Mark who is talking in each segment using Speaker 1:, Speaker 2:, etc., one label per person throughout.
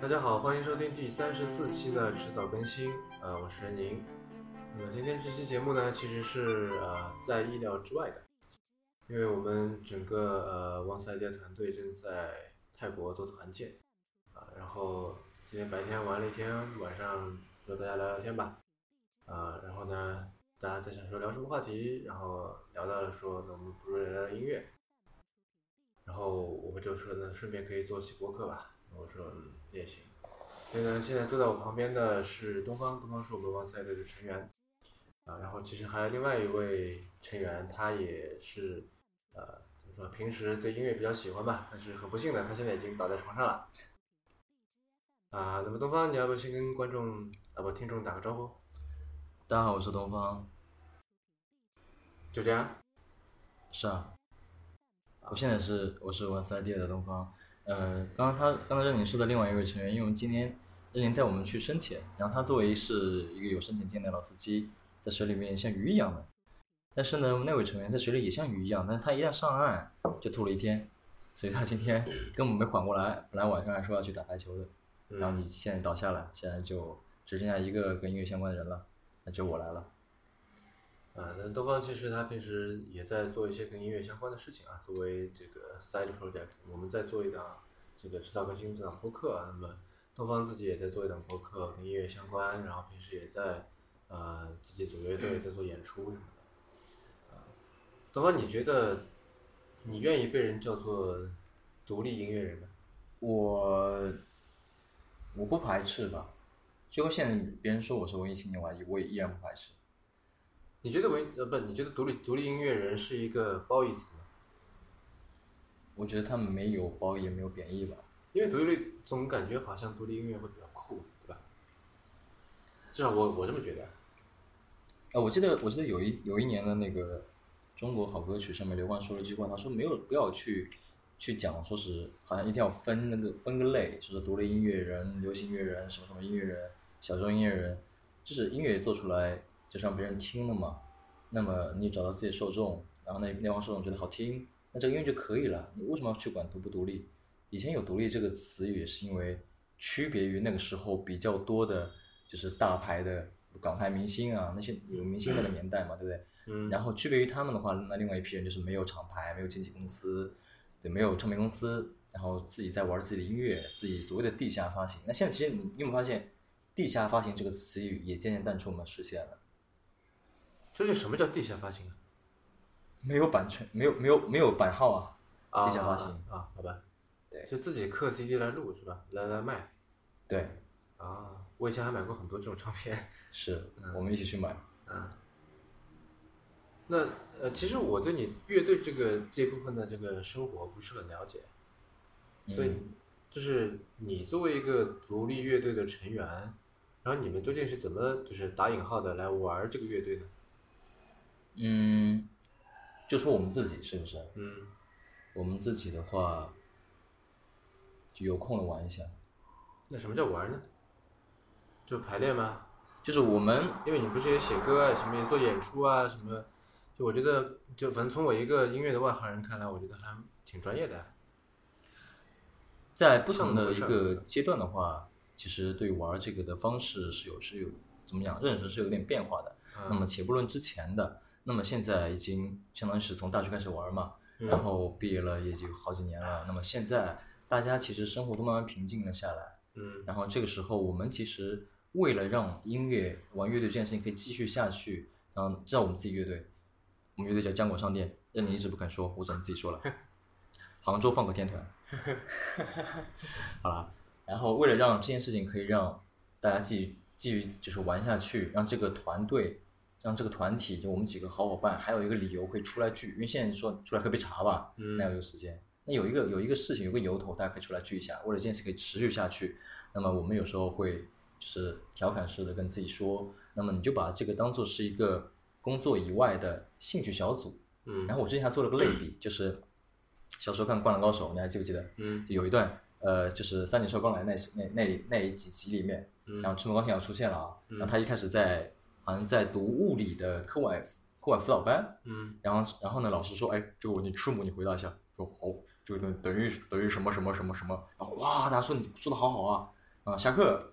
Speaker 1: 大家好，欢迎收听第三十四期的迟早更新，呃，我是任宁。那么今天这期节目呢，其实是呃在意料之外的，因为我们整个呃旺赛爹团队正在泰国做团建，啊、然后今天白天玩了一天，晚上说大家聊聊天吧，啊、然后呢，大家在想说聊什么话题，然后聊到了说，那我们不如聊聊音乐，然后我们就说呢，顺便可以做起播客吧。我说嗯也行。所以呢，现在坐在我旁边的是东方，东方是我们旺赛队的成员啊。然后其实还有另外一位成员，他也是呃怎么说，平时对音乐比较喜欢吧，但是很不幸的，他现在已经倒在床上了。啊，那么东方，你要不先跟观众啊不听众打个招呼？
Speaker 2: 大家好，我是东方。
Speaker 1: 就这样。
Speaker 2: 是啊，我现在是我是玩三 D 的东方。呃，刚刚他刚才任宁说的另外一位成员，因为我们今天任宁带我们去深潜，然后他作为是一个有深潜经验的老司机，在水里面像鱼一样的。但是呢，那位成员在水里也像鱼一样，但是他一旦上岸就吐了一天，所以他今天根本没缓过来。本来晚上还说要去打排球的，然后你现在倒下来，现在就只剩下一个跟音乐相关的人了，那就我来了。
Speaker 1: 啊，那东方其实他平时也在做一些跟音乐相关的事情啊。作为这个 side project，我们在做一档这个制造更新这档播客啊。那么东方自己也在做一档播客，跟音乐相关，然后平时也在呃自己组乐队，在做演出什么的。啊，东方，你觉得你愿意被人叫做独立音乐人吗？
Speaker 2: 我我不排斥吧，就跟现在别人说我是文艺青年，我还我也依然不排斥。
Speaker 1: 你觉得文呃不？你觉得独立独立音乐人是一个褒义词吗？
Speaker 2: 我觉得他们没有褒义，也没有贬义吧。
Speaker 1: 因为独立总感觉好像独立音乐会比较酷，对吧？至少我我这么觉得。
Speaker 2: 呃，我记得我记得有一有一年的那个中国好歌曲上面，刘欢说了一句话，他说没有不要去去讲，说是好像一定要分那个分个类，说是独立音乐人、流行音乐人、什么什么音乐人、小众音乐人，就是音乐做出来就是让别人听的嘛。那么你找到自己的受众，然后那那帮受众觉得好听，那这个音乐就可以了。你为什么要去管独不独立？以前有“独立”这个词语，是因为区别于那个时候比较多的，就是大牌的港台明星啊，那些有明星那个年代嘛，对不对？
Speaker 1: 嗯
Speaker 2: 然后区别于他们的话，那另外一批人就是没有厂牌，没有经纪公司，对，没有唱片公司，然后自己在玩自己的音乐，自己所谓的地下发行。那现在其实你你有没有发现，地下发行这个词语也渐渐淡出我们视线了？
Speaker 1: 究竟什么叫地下发行啊？
Speaker 2: 没有版权，没有没有没有版号啊，
Speaker 1: 啊
Speaker 2: 地下发行
Speaker 1: 啊啊，好吧。
Speaker 2: 对
Speaker 1: 就自己刻 CD 来录是吧？来来卖
Speaker 2: 对，
Speaker 1: 啊！我以前还买过很多这种唱片。
Speaker 2: 是
Speaker 1: 嗯
Speaker 2: 我们一起去买。
Speaker 1: 啊，那呃，其实我对你乐队这个这部分的这个生活不是很了解，
Speaker 2: 嗯
Speaker 1: 所以就是你作为一个独立乐队的成员，然后你们究竟是怎么就是打引号的来玩这个乐队的？
Speaker 2: 嗯，就说我们自己是不是？
Speaker 1: 嗯
Speaker 2: 我们自己的话，就有空了玩一下。，
Speaker 1: 那什么叫玩呢？就排练吗？
Speaker 2: 就是我们
Speaker 1: 因为你不是也写歌啊，什么也做演出啊，什么，就我觉得，就反正从我一个音乐的外行人看来，我觉得还挺专业的。
Speaker 2: 在不同
Speaker 1: 上
Speaker 2: 的
Speaker 1: 头
Speaker 2: 一
Speaker 1: 上
Speaker 2: 个阶段的话，其实对玩这个的方式是有是有怎么讲认识是有点变化的。那么且不论之前的，那么现在已经相当于是从大学开始玩嘛，然后毕业了也就好几年了。那么现在大家其实生活都慢慢平静了下来，
Speaker 1: 嗯
Speaker 2: 然后这个时候，我们其实为了让音乐玩乐队这件事情可以继续下去，然后让我们自己乐队，我们乐队叫浆果商店，任宁一直不肯说，我只能自己说了。 杭州放过天团，好啦，然后为了让这件事情可以让大家继续继续就是玩下去，让这个团队，让这个团体，就我们几个好伙伴，还有一个理由可以出来聚，因为现在说出来喝杯茶吧，
Speaker 1: 嗯
Speaker 2: 那有时间，那有一个有一个事情，有个由头，大家可以出来聚一下，为了这件事可以持续下去，那么我们有时候会就是调侃式的跟自己说，那么你就把这个当做是一个工作以外的兴趣小组。
Speaker 1: 嗯
Speaker 2: 然后我之前还做了个类比，就是小时候看《灌篮高手》，你还记不记得？
Speaker 1: 嗯
Speaker 2: 有一段呃，就是三井寿刚来那那那那一集集里面，
Speaker 1: 嗯
Speaker 2: 然后赤木刚宪要出现了啊，然后他一开始在好像在读物理的课外课外辅导班，
Speaker 1: 嗯
Speaker 2: 然后然后呢，老师说，哎，这个问题赤木你回答一下，说哦，这个东西等于等于什么什么什么什么，然后哇，大家说你说的好好啊，啊，下课，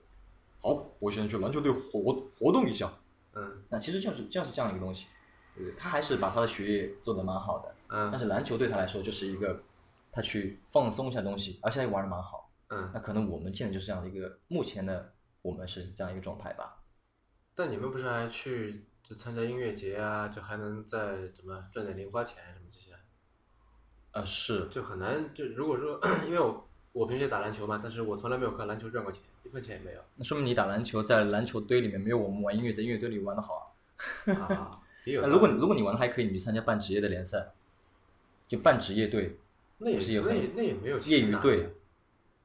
Speaker 2: 好，我现在去篮球队活活动一下。
Speaker 1: 嗯
Speaker 2: 那其实就是就是这样一个东西，对不对他还是把他的学业做得蛮好的，但
Speaker 1: 嗯
Speaker 2: 是篮球对他来说就是一个他去放松一下东西，而且他也玩得蛮好。
Speaker 1: 嗯，
Speaker 2: 那可能我们现在就是这样的一个，目前的我们是这样一个状态吧。
Speaker 1: 但你们不是还去就参加音乐节啊，就还能再怎么赚点零花钱什么这些，
Speaker 2: 呃，是，
Speaker 1: 就很难。就如果说， 因为我我平时也打篮球嘛，但是我从来没有靠篮球赚过钱，一分钱也没有
Speaker 2: 那说明你打篮球在篮球堆里面没有我们玩音乐在音乐堆里玩的好啊。
Speaker 1: 啊。也有
Speaker 2: 那
Speaker 1: 道理，
Speaker 2: 呃如果你如果你玩的还可以，你去参加半职业的联赛，就半职业队、
Speaker 1: 那也
Speaker 2: 不是也
Speaker 1: 那
Speaker 2: 很
Speaker 1: 也那也没有钱
Speaker 2: 业余
Speaker 1: 拿呀
Speaker 2: 队，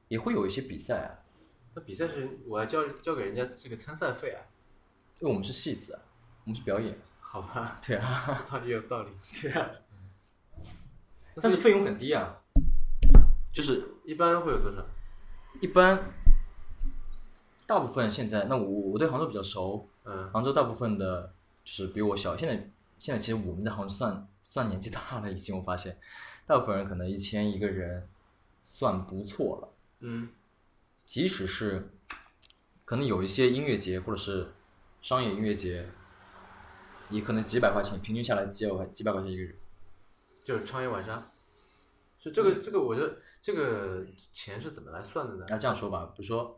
Speaker 2: 也会有一些比赛啊。
Speaker 1: 那比赛是我要交交给人家这个参赛费啊，
Speaker 2: 因为我们是戏子啊，我们是表演。
Speaker 1: 好吧，
Speaker 2: 对啊，
Speaker 1: 这道理有道理。
Speaker 2: 对啊，
Speaker 1: 那
Speaker 2: 但是
Speaker 1: 所
Speaker 2: 费用很低啊，就是
Speaker 1: 以一般会有多少？
Speaker 2: 一般，大部分现在，那我我对杭州比较熟，
Speaker 1: 嗯
Speaker 2: 杭州大部分的，就是比我小。现在现在其实我们在杭州算算年纪大了，已经我发现，大部分人可能一千一个人，算不错了。
Speaker 1: 嗯
Speaker 2: 即使是可能有一些音乐节或者是商业音乐节，也可能几百块钱，平均下来几百块几百块钱一个人。
Speaker 1: 就是创业晚上，是这
Speaker 2: 嗯
Speaker 1: 个这个，我觉得这个钱是怎么来算的呢？
Speaker 2: 那这样说吧，比如说，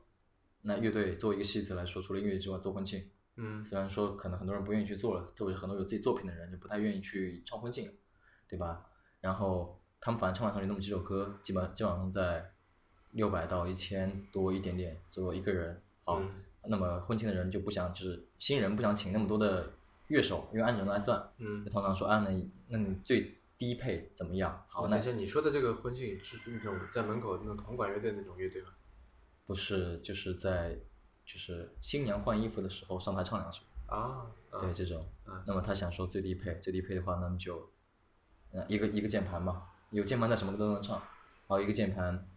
Speaker 2: 那乐队作为一个戏子来说，除了音乐之外，做婚庆，
Speaker 1: 嗯
Speaker 2: 虽然说可能很多人不愿意去做了，特别是很多有自己作品的人就不太愿意去唱婚庆，对吧？然后他们反正唱完就那么几首歌，基本基本上在六百到一千多一点点左右一个人。好，
Speaker 1: 嗯
Speaker 2: 那么婚庆的人就不想，就是新人不想请那么多的乐手，因为按人来算，
Speaker 1: 嗯
Speaker 2: 就，通常说按你那你最低配怎么样？好，
Speaker 1: 我
Speaker 2: 那
Speaker 1: 等一下，你说的这个婚庆是那种在门口那种铜管乐队那种乐队吗？
Speaker 2: 不是就是在就是新娘换衣服的时候上台唱两首，
Speaker 1: 啊，嗯
Speaker 2: 对这种
Speaker 1: 嗯。
Speaker 2: 那么他想说最低配，最低配的话，那么就，呃，一个一个键盘嘛，有键盘他什么歌都能唱，然后一个键盘，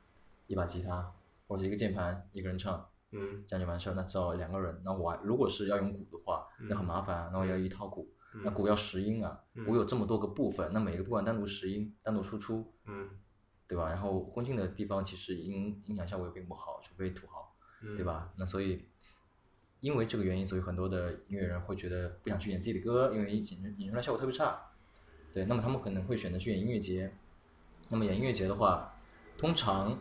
Speaker 2: 一把吉他，或者一个键盘一个人唱，
Speaker 1: 嗯
Speaker 2: 这样就完事儿。那找两个人，那我还如果是要用鼓的话，那很麻烦啊，那我要一套鼓，那
Speaker 1: 嗯
Speaker 2: 鼓要十音啊，鼓有这么多个部分，那每个部分单独十音，单独输出，
Speaker 1: 嗯
Speaker 2: 对吧？然后婚庆的地方其实音音响效果也并不好，除非土豪。
Speaker 1: 嗯，
Speaker 2: 对？吧？那所以，因为这个原因，所以很多的音乐人会觉得不想去演自己的歌，因为演演出来效果特别差。对，那么他们可能会选择去演音乐节。那么演音乐节的话，通常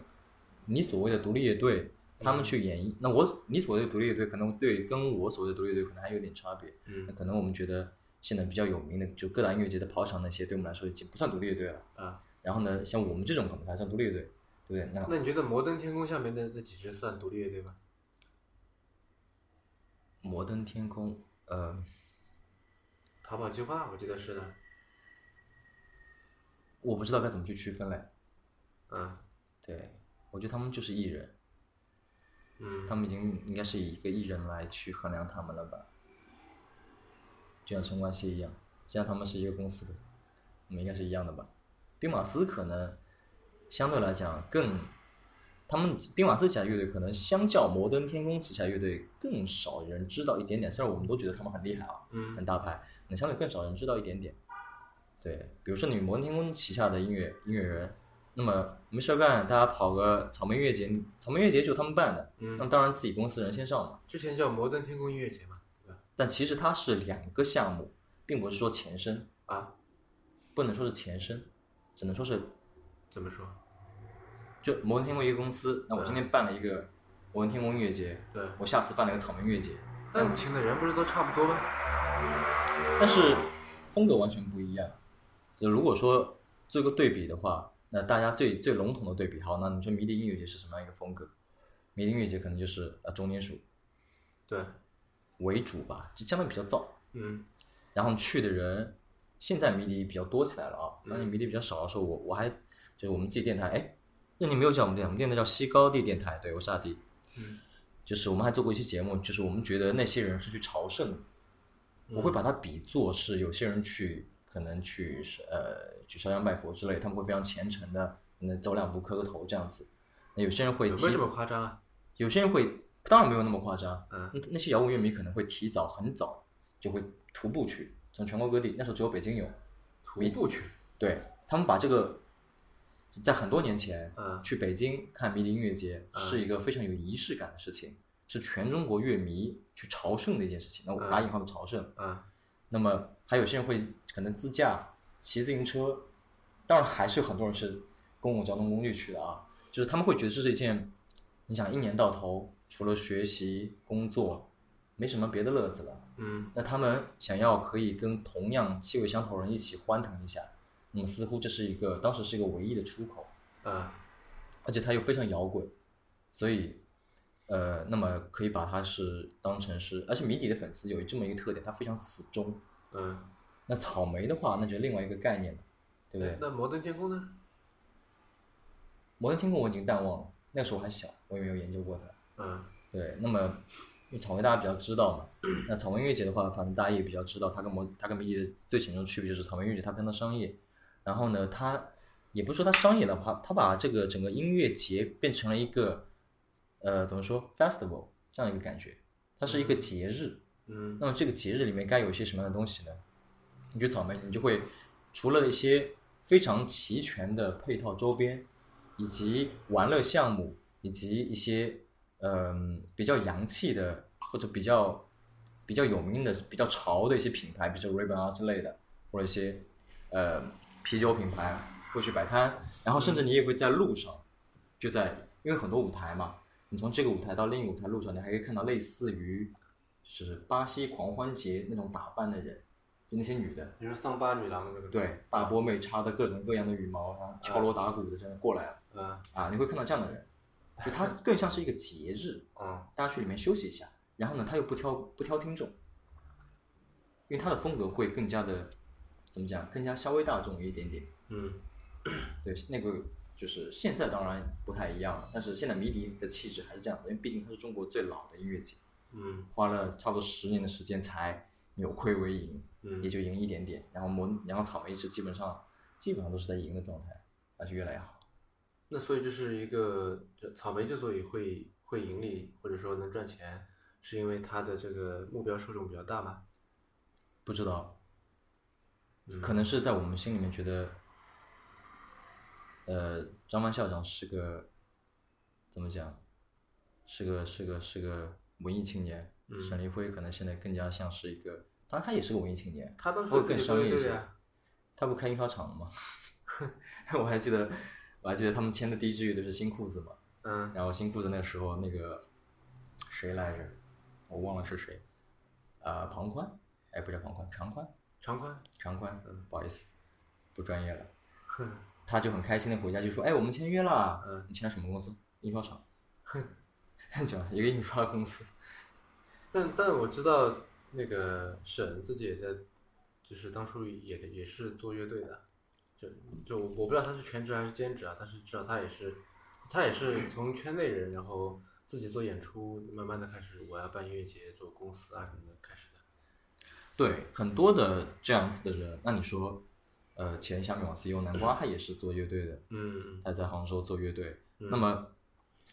Speaker 2: 你所谓的独立乐队，他们去演，那我你所谓的独立乐队，可能对跟我所谓的独立乐队可能还有点差别。那
Speaker 1: 嗯
Speaker 2: 可能我们觉得现在比较有名的，就各大音乐节的跑场那些，对我们来说已经不算独立乐队了。
Speaker 1: 啊，
Speaker 2: 然后呢，像我们这种可能才算独立乐队，对不对？那
Speaker 1: 那你觉得摩登天空下面的那几支算独立乐队吗？
Speaker 2: 摩登天空，呃。
Speaker 1: 逃跑计划我记得是的，
Speaker 2: 我不知道该怎么去区分嘞。
Speaker 1: 嗯
Speaker 2: 对，我觉得他们就是艺人，
Speaker 1: 嗯
Speaker 2: 他们已经应该是以一个艺人来去衡量他们了吧？就像陈冠希一样，既然他们是一个公司的，我们应该是一样的吧？兵马司可能相对来讲更，他们兵马司旗下乐队可能相较摩登天空旗下乐队更少人知道一点点，虽然我们都觉得他们很厉害啊，
Speaker 1: 嗯
Speaker 2: 很大牌，那相对更少人知道一点点。对，比如说你摩登天空旗下的音乐音乐人，那么没事儿干，大家跑个草莓音乐节，草莓音乐节就他们办的，那
Speaker 1: 嗯，
Speaker 2: 么当然自己公司人先上嘛。
Speaker 1: 之前叫摩登天空音乐节嘛，对吧？
Speaker 2: 但其实它是两个项目，并不是说前身，
Speaker 1: 啊，
Speaker 2: 不能说是前身，只能说是
Speaker 1: 怎么说？
Speaker 2: 就摩登天空一个公司。那我今天办了一个摩登天空音乐节，
Speaker 1: 对，
Speaker 2: 我下次办了一个草莓音乐节，
Speaker 1: 但请的人不是都差不多吗？
Speaker 2: 但是风格完全不一样。就如果说做一个对比的话，那大家最最笼统的对比，好，那你说迷笛音乐节是什么样一个风格？迷笛音乐节可能就是呃重金属
Speaker 1: 对，
Speaker 2: 为主吧，就相对比较燥。
Speaker 1: 嗯
Speaker 2: 然后去的人，现在迷笛比较多起来了啊。
Speaker 1: 嗯
Speaker 2: 当年迷笛比较少的时候，我我还就是我们自己电台，哎，那你没有叫我们电台，我们电台叫西高地电台，对我是阿迪。
Speaker 1: 嗯
Speaker 2: 就是我们还做过一期节目，就是我们觉得那些人是去朝圣的，
Speaker 1: 嗯
Speaker 2: 我会把它比作是有些人去可能去呃去烧香拜佛之类，他们会非常虔诚的，那走两步磕个头这样子。那有些人会
Speaker 1: 有没
Speaker 2: 提
Speaker 1: 有这么夸张啊？
Speaker 2: 有些人会，当然没有那么夸张。
Speaker 1: 嗯
Speaker 2: 那那些摇滚乐迷可能会提早很早就会徒步去，从全国各地，那时候只有北京有。
Speaker 1: 徒步去，
Speaker 2: 对他们把这个在很多年前，
Speaker 1: 嗯
Speaker 2: 去北京看迷笛音乐节
Speaker 1: 嗯
Speaker 2: 是一个非常有仪式感的事情，是全中国乐迷去朝圣的一件事情。那我打引号的朝圣。
Speaker 1: 嗯
Speaker 2: 那么还有些人会可能自驾骑自行车，当然还是有很多人是公共交通工具去的啊。就是他们会觉得这是一件，你想一年到头除了学习工作，没什么别的乐子了。
Speaker 1: 嗯
Speaker 2: 那他们想要可以跟同样气味相投的人一起欢腾一下，那么似乎这是一个当时是一个唯一的出口。
Speaker 1: 嗯
Speaker 2: 而且它又非常摇滚，所以，呃，那么可以把它是当成是，而且迷笛的粉丝有这么一个特点，它非常死忠。
Speaker 1: 嗯，
Speaker 2: 那草莓的话，那就是另外一个概念了，对不对？
Speaker 1: 那摩登天空呢？
Speaker 2: 摩登天空我已经淡忘了，那时候我还小，我也没有研究过它。
Speaker 1: 嗯
Speaker 2: 对，那么因为草莓大家比较知道嘛，那草莓音乐节的话，反正大家也比较知道，它跟摩它跟迷笛的最显著的区别就是草莓音乐节它非常商业，然后呢，它也不是说它商业的话，它把这个整个音乐节变成了一个呃怎么说 festival 这样一个感觉，它是一个节日。
Speaker 1: 嗯
Speaker 2: 那么这个节日里面该有一些什么样的东西呢？你去草莓，你就会除了一些非常齐全的配套周边，以及玩乐项目，以及一些嗯、比较洋气的或者比较比较有名的、比较潮的一些品牌，比如说 Ray-Ban 啊之类的，或者一些呃啤酒品牌会去摆摊，呃然后甚至你也会在路上，就在因为很多舞台嘛，你从这个舞台到另一个舞台路上，你还可以看到类似于就是巴西狂欢节那种打扮的人，就那些女的，
Speaker 1: 你说桑巴女郎的那个？，
Speaker 2: 对，大波妹插的各种各样的羽毛，然后敲锣打鼓的这样过来了
Speaker 1: 嗯
Speaker 2: 啊，你会看到这样的人，就他更像是一个节日，
Speaker 1: 嗯
Speaker 2: 大家去里面休息一下，然后呢，他又不挑不挑听众，因为他的风格会更加的怎么讲，更加稍微大众一点点。
Speaker 1: 嗯
Speaker 2: 对，那个就是现在当然不太一样了，但是现在迷笛的气质还是这样子，因为毕竟它是中国最老的音乐节，
Speaker 1: 嗯
Speaker 2: 花了差不多十年的时间才扭亏为盈，
Speaker 1: 嗯
Speaker 2: 也就赢一点点。然后摩，然后草莓一直基本上基本上都是在赢的状态，而且越来越好。
Speaker 1: 那所以这是一个这草莓之所以会会盈利或者说能赚钱，是因为它的这个目标受众比较大吗？
Speaker 2: 不知道，
Speaker 1: 嗯
Speaker 2: 可能是在我们心里面觉得，呃，张曼校长是个怎么讲，是个是个是个文艺青年。
Speaker 1: 嗯
Speaker 2: 沈黎辉可能现在更加像是一个，当然他也是个文艺青年，
Speaker 1: 他当时
Speaker 2: 会
Speaker 1: 自
Speaker 2: 更
Speaker 1: 己啊
Speaker 2: 商
Speaker 1: 说
Speaker 2: 业一
Speaker 1: 对的
Speaker 2: 些
Speaker 1: 呀。。
Speaker 2: 他不开印刷厂了吗？ 我还记得，我还记得他们签的第一支乐队是新裤子嘛，
Speaker 1: 嗯
Speaker 2: 然后新裤子那个时候那个谁来着，我忘了是谁，呃，庞宽，哎，不叫庞宽，常宽，
Speaker 1: 长宽，
Speaker 2: 常宽呃
Speaker 1: 嗯，
Speaker 2: 不好意思，不专业了。他就很开心的回家就说：“哎，我们签约啦！
Speaker 1: 嗯
Speaker 2: 你签了什么公司？印刷厂， 就一个印刷公司。
Speaker 1: 但但我知道那个沈自己也在，就是当初也也是做乐队的，就就我我不知道他是全职还是兼职啊，但是至少他也是，他也是从圈内人，然后自己做演出，慢慢的开始我要办音乐节，做公司啊什么的开始的。
Speaker 2: 对，很多的这样子的人，那你说，呃，前小米网 CEO 南瓜他也是做乐队的，
Speaker 1: 嗯
Speaker 2: 他在杭州做乐队。
Speaker 1: 嗯
Speaker 2: 那么，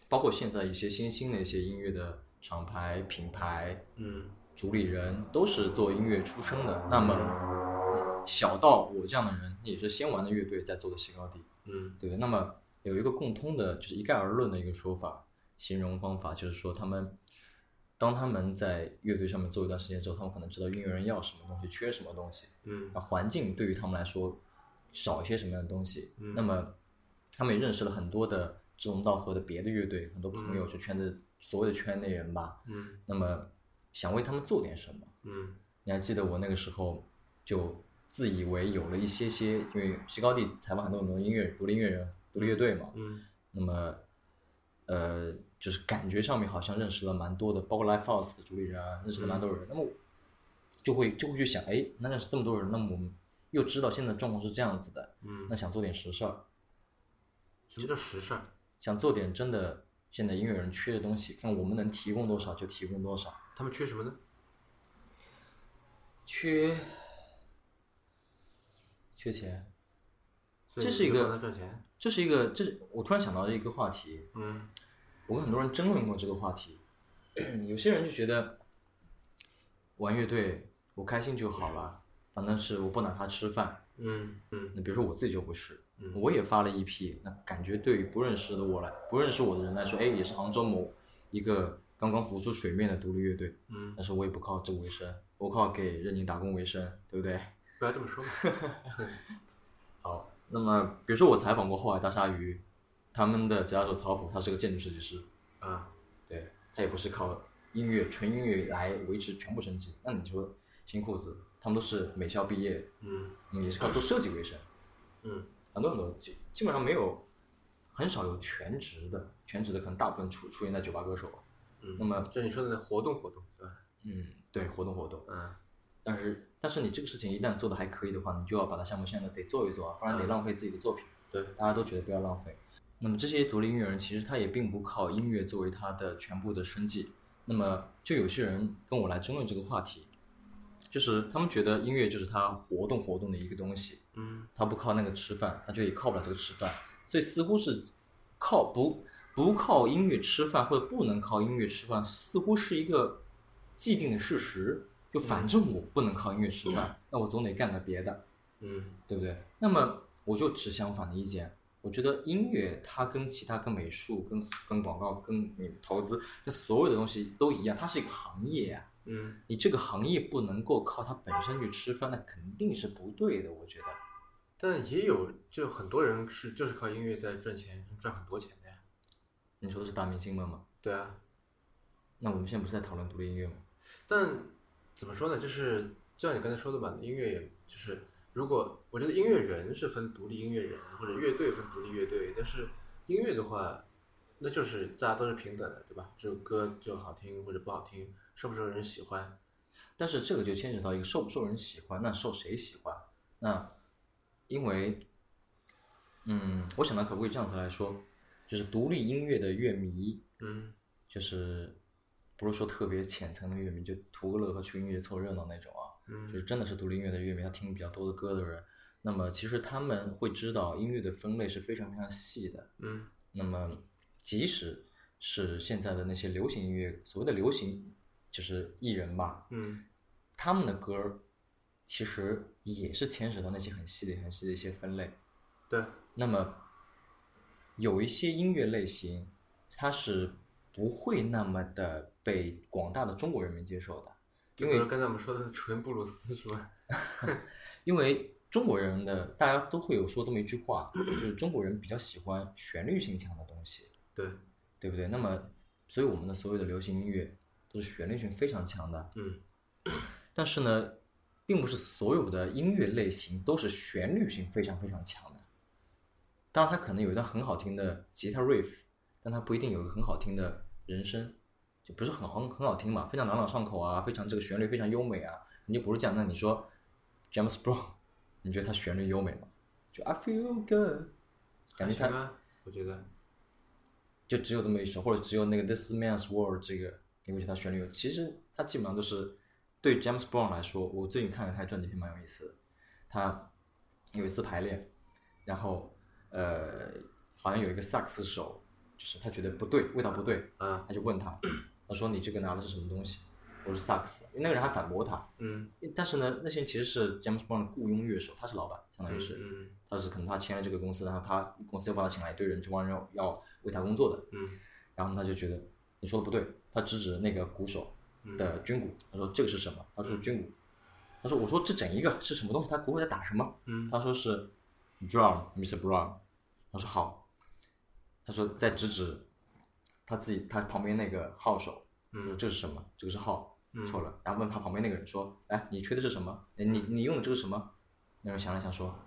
Speaker 2: 包括现在一些新兴的一些音乐的厂牌、品牌、
Speaker 1: 嗯
Speaker 2: 主理人，都是做音乐出身的。那么，小到我这样的人，也是先玩的乐队，再做的西高地。
Speaker 1: 嗯
Speaker 2: 对，那么有一个共通的，就是一概而论的一个说法，形容方法就是说，他们当他们在乐队上面做一段时间之后，他们可能知道音乐人要什么东西，缺什么东西，
Speaker 1: 嗯
Speaker 2: 那环境对于他们来说少一些什么样的东西，
Speaker 1: 嗯
Speaker 2: 那么他们也认识了很多的志同道合的别的乐队，很多朋友，
Speaker 1: 嗯
Speaker 2: 就圈子所谓的圈内人吧，
Speaker 1: 嗯
Speaker 2: 那么想为他们做点什么。
Speaker 1: 嗯
Speaker 2: 你还记得我那个时候就自以为有了一些些，因为西高地采访很多很多音乐独立音乐人、独立乐队嘛，
Speaker 1: 嗯
Speaker 2: 那么呃，就是感觉上面好像认识了蛮多的，包括 Live House 的主理人啊，认识了蛮多人，那么就会就会去想，哎，那认识这么多人，那么我们又知道现在状况是这样子的，那
Speaker 1: 嗯，
Speaker 2: 想做点实事儿，
Speaker 1: 什么叫实事儿？
Speaker 2: 想做点真的现在音乐人缺的东西，看我们能提供多少就提供多少。
Speaker 1: 他们缺什么呢？
Speaker 2: 缺缺钱，
Speaker 1: 所以
Speaker 2: 这是一
Speaker 1: 你就
Speaker 2: 个
Speaker 1: 帮他赚钱。
Speaker 2: 这是一个，这是我突然想到一个话题，
Speaker 1: 嗯
Speaker 2: 我跟很多人争论过这个话题。有些人就觉得玩乐队我开心就好了，反正是我不拿它吃饭，
Speaker 1: 嗯嗯
Speaker 2: 那比如说我自己就不是
Speaker 1: 嗯，
Speaker 2: 我也发了一批，那感觉对于不认识的我来，不认识我的人来说，哎，也是杭州某一个刚刚浮出水面的独立乐队，
Speaker 1: 嗯，
Speaker 2: 但是我也不靠这为生，我靠给任宁打工为生，对不对？
Speaker 1: 不要这么说嘛。
Speaker 2: 好，那么比如说我采访过后海大鲨鱼，他们的吉他手曹普，他是个建筑设计师，
Speaker 1: 啊，
Speaker 2: 对他也不是靠音乐纯音乐来维持全部生计，那你说新裤子，他们都是美校毕业，
Speaker 1: 嗯
Speaker 2: 嗯也是靠做设计为生。
Speaker 1: 嗯
Speaker 2: 很多很多基基本上没有，很少有全职的，全职的可能大部分出出现在酒吧歌手。
Speaker 1: 嗯。
Speaker 2: 那么，
Speaker 1: 就你说的那活动活动，对吧？
Speaker 2: 嗯，对，活动活动。
Speaker 1: 嗯
Speaker 2: 但是但是你这个事情一旦做的还可以的话，你就要把它项目现在得做一做啊，不然得
Speaker 1: 嗯
Speaker 2: 浪费自己的作品。
Speaker 1: 对，
Speaker 2: 大家都觉得不要浪费。那么这些独立音乐人其实他也并不靠音乐作为他的全部的生计。那么就有些人跟我来争论这个话题，就是他们觉得音乐就是他活动活动的一个东西，
Speaker 1: 嗯
Speaker 2: 他不靠那个吃饭，他就也靠不了这个吃饭，所以似乎是靠不不靠音乐吃饭或者不能靠音乐吃饭，似乎是一个既定的事实。就反正我不能靠音乐吃饭，那我总得干个别的，
Speaker 1: 嗯
Speaker 2: 对不对？那么我就持相反的意见，我觉得音乐它跟其他跟美术、跟跟广告、跟你投资，那所有的东西都一样，它是一个行业啊。
Speaker 1: 嗯
Speaker 2: 你这个行业不能够靠它本身去吃饭，那肯定是不对的，我觉得。
Speaker 1: 但也有就很多人是就是靠音乐在赚钱，赚很多钱的呀。
Speaker 2: 你说的是大明星们吗？
Speaker 1: 对啊，
Speaker 2: 那我们现在不是在讨论独立音乐吗？
Speaker 1: 但怎么说呢？就是就像你刚才说的吧，音乐也就是如果我觉得音乐人是分独立音乐人或者乐队分独立乐队，但是音乐的话，那就是大家都是平等的，对吧？这首歌就好听或者不好听，受不受人喜欢，
Speaker 2: 但是这个就牵扯到一个受不受人喜欢，那受谁喜欢？那因为，嗯，我想到可不可以这样子来说，就是独立音乐的乐迷，
Speaker 1: 嗯
Speaker 2: 就是不是说特别浅层的乐迷，就图个乐呵去音乐节凑热闹那种啊，就
Speaker 1: 嗯
Speaker 2: 是真的是独立音乐的乐迷，他听比较多的歌的人，那么其实他们会知道音乐的分类是非常非常细的，
Speaker 1: 嗯
Speaker 2: 那么，即使是现在的那些流行音乐，所谓的流行就是艺人吧，
Speaker 1: 嗯
Speaker 2: 他们的歌儿其实也是牵扯到那些很细的、很细的一些分类。
Speaker 1: 对，
Speaker 2: 那么，有一些音乐类型，它是不会那么的被广大的中国人民接受的，
Speaker 1: 就比如说刚才我们说的纯布鲁斯是吧？
Speaker 2: 因为中国人的大家都会有说这么一句话，就是中国人比较喜欢旋律性强的东西。
Speaker 1: 对，
Speaker 2: 对不对？那么，所以我们的所有的流行音乐都是旋律性非常强的，
Speaker 1: 嗯
Speaker 2: 但是呢，并不是所有的音乐类型都是旋律性非常非常强的。当然，它可能有一段很好听的吉他 riff，但它不一定有一个很好听的人声，就不是很好很好听吧？非常朗朗上口啊，非常这个旋律非常优美啊。你就不是讲，那你说 James Brown，你觉得他旋律优美吗？就 I feel good，感觉
Speaker 1: 还行
Speaker 2: 他
Speaker 1: 啊，我觉得，
Speaker 2: 就只有这么一首，或者只有那个 This Man's World 这个，你会觉得它旋律有。其实它基本上都是对 James Brown 来说，我最近看了他的传记片蛮有意思的。他有一次排练，然后呃，好像有一个萨克斯手，就是他觉得不对，味道不对，
Speaker 1: 啊
Speaker 2: 他就问他，他说你这个拿的是什么东西？我说萨克斯，因为那个人还反驳他。
Speaker 1: 嗯
Speaker 2: 但是呢，那些人其实是 James Brown 的雇佣乐手，他是老板，相当于
Speaker 1: 嗯
Speaker 2: 是。
Speaker 1: 嗯
Speaker 2: 他是可能他签了这个公司，然后他公司又把他请来一堆人，这帮人要要为他工作的，
Speaker 1: 嗯
Speaker 2: 然后他就觉得你说的不对，他指指那个鼓手
Speaker 1: 嗯
Speaker 2: 的军鼓，他说这个是什么？他说是军鼓，他说我说这整一个是什么东西？他鼓手在打什么？
Speaker 1: 嗯
Speaker 2: 他说是 drum Mr Brown，我说好，他说在指指他自己他旁边那个号手，他说
Speaker 1: 嗯
Speaker 2: 这是什么？这个是号，
Speaker 1: 嗯
Speaker 2: 错了，然后问他旁边那个人说，哎，你吹的是什么？哎你你用的这个什么？那人想了想说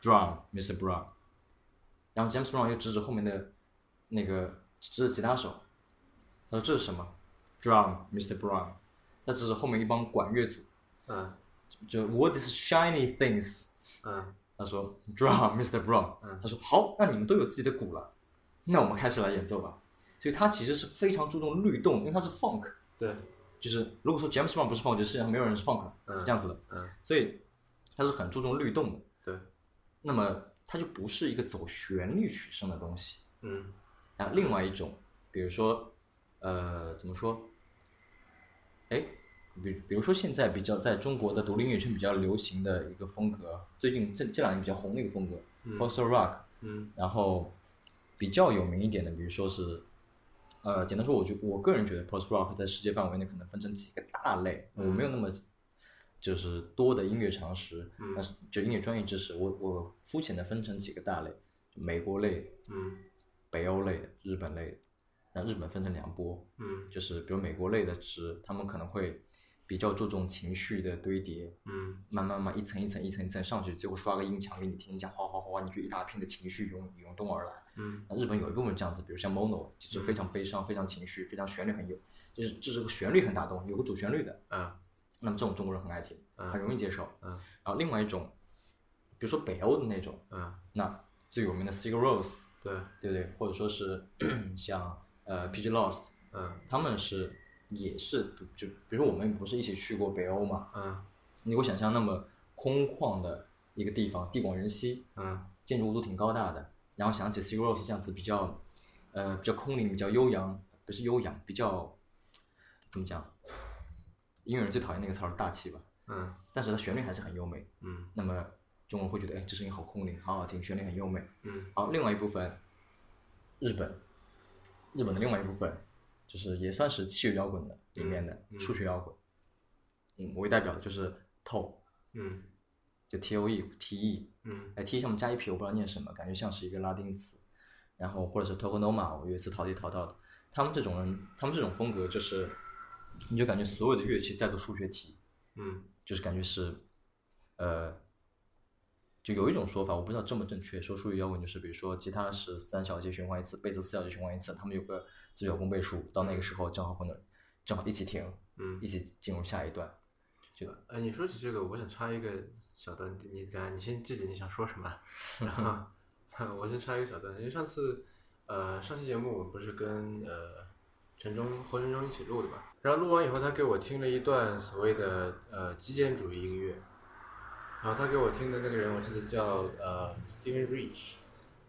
Speaker 2: ，drum Mr Brown，然后 James Brown 又指指后面的那个指指吉他手，他说这是什么？drum Mr Brown，他指指后面一帮管乐组，
Speaker 1: 嗯
Speaker 2: 就 What is shiny things？
Speaker 1: 嗯
Speaker 2: 他说 Drum Mr. Brown，
Speaker 1: 嗯
Speaker 2: 他说好，那你们都有自己的鼓了，那我们开始来演奏吧。所以他其实是非常注重律动，因为他是 funk，
Speaker 1: 对，就是
Speaker 2: 如果说 James Brown 不是 funk，就世界上没有人是 funk
Speaker 1: 嗯
Speaker 2: 这样子的，
Speaker 1: 嗯
Speaker 2: 所以他是很注重律动的。
Speaker 1: 对，
Speaker 2: 那么它就不是一个走旋律取胜的东西。
Speaker 1: 嗯
Speaker 2: 然后另外一种，比如说，呃，怎么说？哎，比比如说现在比较在中国的独立音乐圈比较流行的一个风格，最近这这两年比较红的一个风格、p o s t rock，
Speaker 1: 嗯
Speaker 2: 然后比较有名一点的，比如说是，呃，简单说，我觉我个人觉得 post rock 在世界范围内可能分成几个大类，我没有那么就是多的音乐常识，但是就音乐专业知识，我我肤浅的分成几个大类，就美国类、
Speaker 1: 嗯
Speaker 2: 北欧类、日本类，那日本分成两波，
Speaker 1: 嗯
Speaker 2: 就是比如美国类的是他们可能会比较注重情绪的堆叠，
Speaker 1: 嗯
Speaker 2: 慢慢慢一层一层一层一层上去，最后刷个音墙给你听一下，哗哗哗，你就一大片的情绪涌涌动而来。
Speaker 1: 嗯
Speaker 2: 那日本有一部分这样子，比如像 Mono，就是非常悲伤、非常情绪、非常旋律很有，就是这是个旋律很打动，有个主旋律的。
Speaker 1: 啊
Speaker 2: 那么这种中国人很爱听，
Speaker 1: 嗯
Speaker 2: 很容易接受。
Speaker 1: 嗯
Speaker 2: 然后另外一种，比如说北欧的那种，
Speaker 1: 啊，
Speaker 2: 那最有名的 Sigur Rós，
Speaker 1: 对，
Speaker 2: 对不对？或者说是 像呃 PG Lost，
Speaker 1: 嗯
Speaker 2: 他们是也是就比如说我们不是一起去过北欧嘛？
Speaker 1: 嗯
Speaker 2: 你会想象那么空旷的一个地方，地广人稀，
Speaker 1: 嗯
Speaker 2: 建筑物都挺高大的。然后想起 Sigur Rós 这样子比较，呃，比较空灵，比较悠扬，不是悠扬，比较怎么讲？音乐人最讨厌那个词儿大气吧，
Speaker 1: 嗯
Speaker 2: 但是它旋律还是很优美。
Speaker 1: 嗯
Speaker 2: 那么中文会觉得，哎，这声音好空灵，好好听，旋律很优美。
Speaker 1: 嗯
Speaker 2: 好，另外一部分，日本，日本的另外一部分，就是也算是器乐摇滚的里面的
Speaker 1: 嗯
Speaker 2: 数学摇滚。嗯，我为代表的就是 TOE，
Speaker 1: 嗯
Speaker 2: 就 T O E T E，
Speaker 1: 嗯
Speaker 2: 哎 T 上面加一撇，我不知道念什么，感觉像是一个拉丁词。然后或者是 Tokonoma，我有一次淘地淘到的。他们这种人，他们这种风格就是，你就感觉所有的乐器在做数学题，
Speaker 1: 嗯
Speaker 2: 就是感觉是，呃，就有一种说法，我不知道正不正确，说数学摇滚就是，比如说吉他是三小节循环一次，贝斯四小节循环一次，他们有个自由公倍数，到那个时候正好混能正好一起停，
Speaker 1: 嗯
Speaker 2: 一。起进入下一段。
Speaker 1: 哎，你说起这个，我想插一个小段，你等下你先记着你想说什么，然后 我先插一个小段，因为上次呃上期节目我们不是跟呃陈忠侯陈忠一起录的嘛，然后录完以后他给我听了一段所谓的呃极简主义音乐，然后他给我听的那个人我记得叫呃 Steven Reich，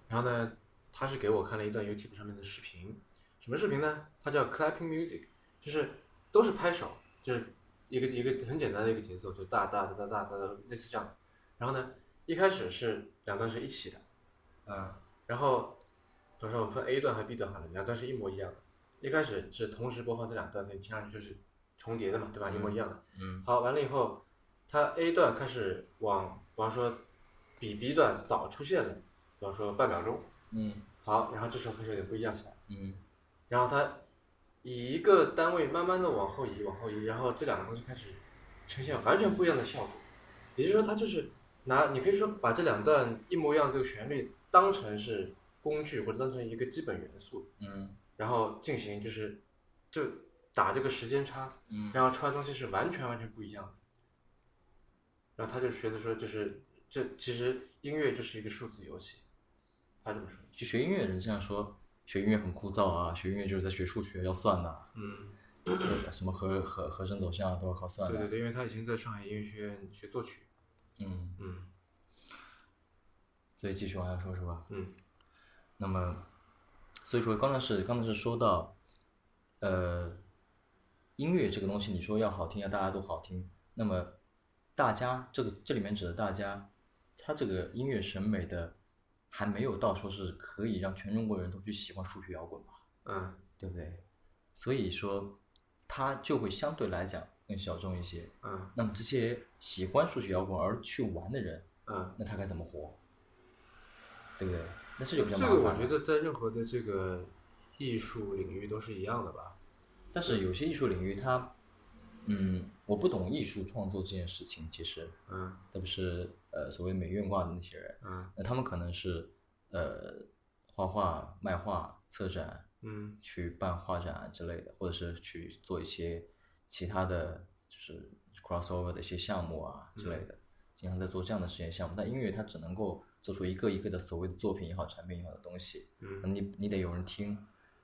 Speaker 1: 然后呢他是给我看了一段 YouTube 上面的视频，什么视频呢？它叫 clapping music，就是都是拍手，就是一个一个很简单的一个节奏，就哒哒哒哒哒哒哒，类似这样子。然后呢，一开始是两段是一起的，
Speaker 2: 嗯
Speaker 1: 然后总之我们分 A 段和 B 段好了，两段是一模一样的。一开始是同时播放这两段，所以听上去就是重叠的嘛，对吧？一模一样的。
Speaker 2: 嗯
Speaker 1: 好，完了以后，它 A 段开始往，比方说比 B 段早出现了，比方说半秒钟。
Speaker 2: 嗯
Speaker 1: 好，然后这时候开始有点不一样起来。
Speaker 2: 嗯
Speaker 1: 然后它以一个单位慢慢的往后移，往后移，然后这两个东西开始呈现完全不一样的效果。也就是说，它就是拿你可以说把这两段一模一样的这个旋律当成是工具或者当成一个基本元素，
Speaker 2: 嗯
Speaker 1: 然后进行就是就打这个时间差，
Speaker 2: 嗯
Speaker 1: 然后出来的东西是完全完全不一样的。然后他就觉得说，就是这其实音乐就是一个数字游戏，他这么说。
Speaker 2: 就学音乐的人这样说，学音乐很枯燥啊，学音乐就是在学数学，要算呐、
Speaker 1: 嗯，
Speaker 2: 什么和和和声走向啊都要靠算
Speaker 1: 对
Speaker 2: 的。
Speaker 1: 对对，因为他以前在上海音乐学院学作曲。
Speaker 2: 嗯，
Speaker 1: 嗯
Speaker 2: 所以继续往下说，是吧？
Speaker 1: 嗯
Speaker 2: 那么，所以说刚才是刚才是说到，呃，音乐这个东西，你说要好听，要大家都好听，那么大家这个这里面指的大家，他这个音乐审美的还没有到说是可以让全中国人都去喜欢数学摇滚吧，
Speaker 1: 嗯
Speaker 2: 对不对？所以说，它就会相对来讲更小众一些。
Speaker 1: 嗯
Speaker 2: 那么这些喜欢数学摇滚而去玩的人，
Speaker 1: 嗯，
Speaker 2: 那他该怎么活？对不对？那这就比较
Speaker 1: 这
Speaker 2: 麻
Speaker 1: 个
Speaker 2: 烦了。
Speaker 1: 我觉得在任何的这个艺术领域都是一样的吧。
Speaker 2: 但是有些艺术领域它，嗯，我不懂艺术创作这件事情，其实，
Speaker 1: 嗯
Speaker 2: 特别是呃所谓美院挂的那些人，
Speaker 1: 嗯
Speaker 2: 那他们可能是呃画画、卖画、策展，
Speaker 1: 嗯
Speaker 2: 去办画展啊之类的，或者是去做一些其他的就是 crossover 的一些项目啊之类的，经常在做这样的实验项目。但音乐它只能够做出一个一个的所谓的作品也好、产品也好的东西，
Speaker 1: 嗯
Speaker 2: 你你得有人听，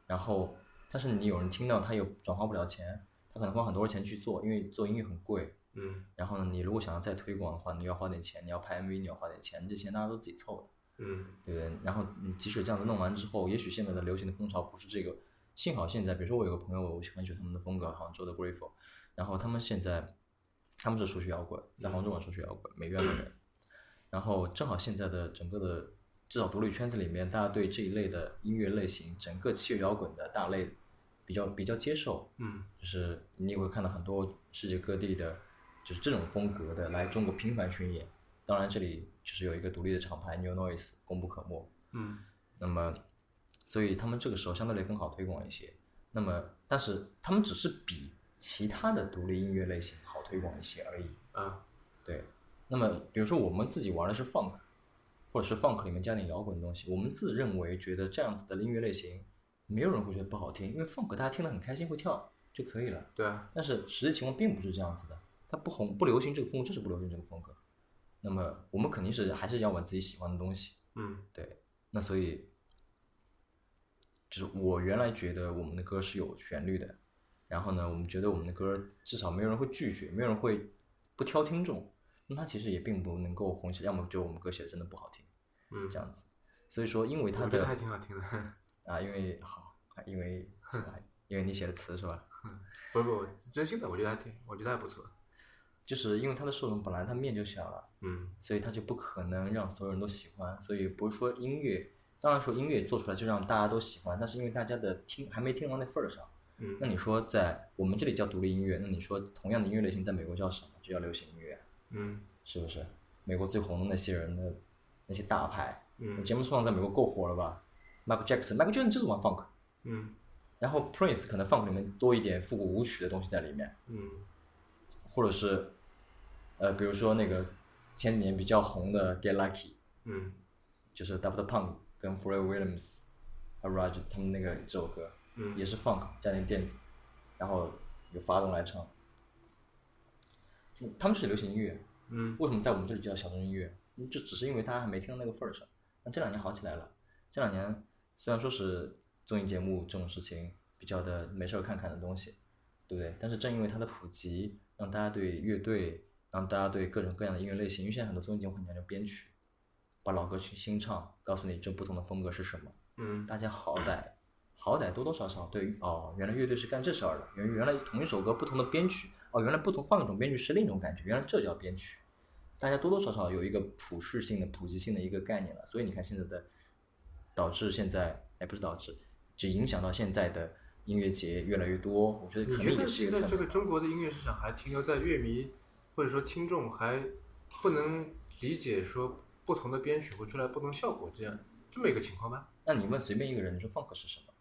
Speaker 2: 然后但是你有人听到，他又转化不了钱，他可能花很多钱去做，因为做音乐很贵。
Speaker 1: 嗯
Speaker 2: 然后呢，你如果想要再推广的话，你要花点钱，你要拍 MV，你要花点钱，这钱大家都自己凑的。
Speaker 1: 嗯
Speaker 2: 对不对？然后你即使这样子弄完之后，也许现在的流行的风潮不是这个，幸好现在，比如说我有个朋友，我很喜欢他们的风格，杭州的 Grateful，然后他们现在他们是数学摇滚，在杭州玩数学摇滚，美院的人。然后正好现在的整个的至少独立圈子里面，大家对这一类的音乐类型，整个器乐摇滚的大类比较比较接受，
Speaker 1: 嗯
Speaker 2: 就是你也会看到很多世界各地的，就是这种风格的来中国频繁巡演。当然，这里就是有一个独立的厂牌 New Noise，功不可没。
Speaker 1: 嗯
Speaker 2: 那么，所以他们这个时候相对来更好推广一些。那么，但是他们只是比其他的独立音乐类型好推广一些而已。
Speaker 1: 啊
Speaker 2: 对，那么比如说我们自己玩的是 funk，或者是 funk 里面加点摇滚的东西，我们自认为觉得这样子的音乐类型，没有人会觉得不好听，因为 funk 大家听得很开心，会跳就可以了。
Speaker 1: 对啊
Speaker 2: 但是实际情况并不是这样子的，它不红不流行这个风格，就是不流行这个风格。那么我们肯定是还是要玩自己喜欢的东西，
Speaker 1: 嗯
Speaker 2: 对，那所以就是我原来觉得我们的歌是有旋律的，然后呢，我们觉得我们的歌至少没有人会拒绝，没有人会不挑听众，那它其实也并不能够红起来，要么就我们歌写的真的不好听
Speaker 1: 嗯
Speaker 2: 这，样子。所以说，因为它
Speaker 1: 我觉得还
Speaker 2: 的
Speaker 1: 挺好听的。
Speaker 2: 啊，因为好，因为是吧因为你写的词是吧？
Speaker 1: 不不，真心的，我觉得还挺，我觉得还不错。
Speaker 2: 就是因为它的受众本来它面就小啊了，
Speaker 1: 嗯
Speaker 2: 所以它就不可能让所有人都喜欢。所以不是说音乐，当然说音乐做出来就让大家都喜欢，但是因为大家的听还没听到那份儿上。
Speaker 1: 嗯
Speaker 2: 那你说在我们这里叫独立音乐，那你说同样的音乐类型在美国叫什么？就叫流行音乐，
Speaker 1: 嗯
Speaker 2: 是不是？美国最红的那些人的那些大牌，
Speaker 1: 嗯
Speaker 2: 杰姆斯旺在美国够火了吧？Michael Jackson，Michael Jackson 就是玩 funk，
Speaker 1: 嗯
Speaker 2: 然后 Prince 可能 funk 里面多一点复古舞曲的东西在里面，
Speaker 1: 嗯
Speaker 2: 或者是呃，比如说那个前几年比较红的 Get Lucky，
Speaker 1: 嗯
Speaker 2: 就是 d a p t Punk 跟 Pharrell Williams 和 Raj 他们那个这首歌，
Speaker 1: 嗯
Speaker 2: 也是 funk 加点电子，然后由发动来唱。嗯他们是流行音乐，
Speaker 1: 嗯
Speaker 2: 为什么在我们这里叫小众音乐？嗯就只是因为大家还没听到那个份儿上。但这两年好起来了，这两年虽然说是综艺节目这种事情比较的没事儿看看的东西，对不对？但是正因为它的普及，让大家对乐队，让大家对各种各样的音乐类型，因为现在很多综艺节目很讲究编曲，把老歌去新唱，告诉你这不同的风格是什么。
Speaker 1: 嗯
Speaker 2: 大家好歹好歹多多少少对于哦，原来乐队是干这事儿的，原原来同一首歌不同的编曲，哦，原来不同换一种编曲是另一种感觉，原来这叫编曲。大家多多少少有一个普适性的、普及性的一个概念了，所以你看现在的，导致现在哎不是导致，只影响到现在的音乐节越来越多，我觉得
Speaker 1: 你
Speaker 2: 可
Speaker 1: 觉
Speaker 2: 能
Speaker 1: 得
Speaker 2: 也是一
Speaker 1: 现
Speaker 2: 个
Speaker 1: 在
Speaker 2: 侧
Speaker 1: 这
Speaker 2: 面
Speaker 1: 个
Speaker 2: 吧。
Speaker 1: 中国的音乐市场还停留在乐迷或者说听众还不能理解说不同的编曲会出来不同效果这样这么一个情况吗？
Speaker 2: 那你问随便一个人，你说 funk 是什么？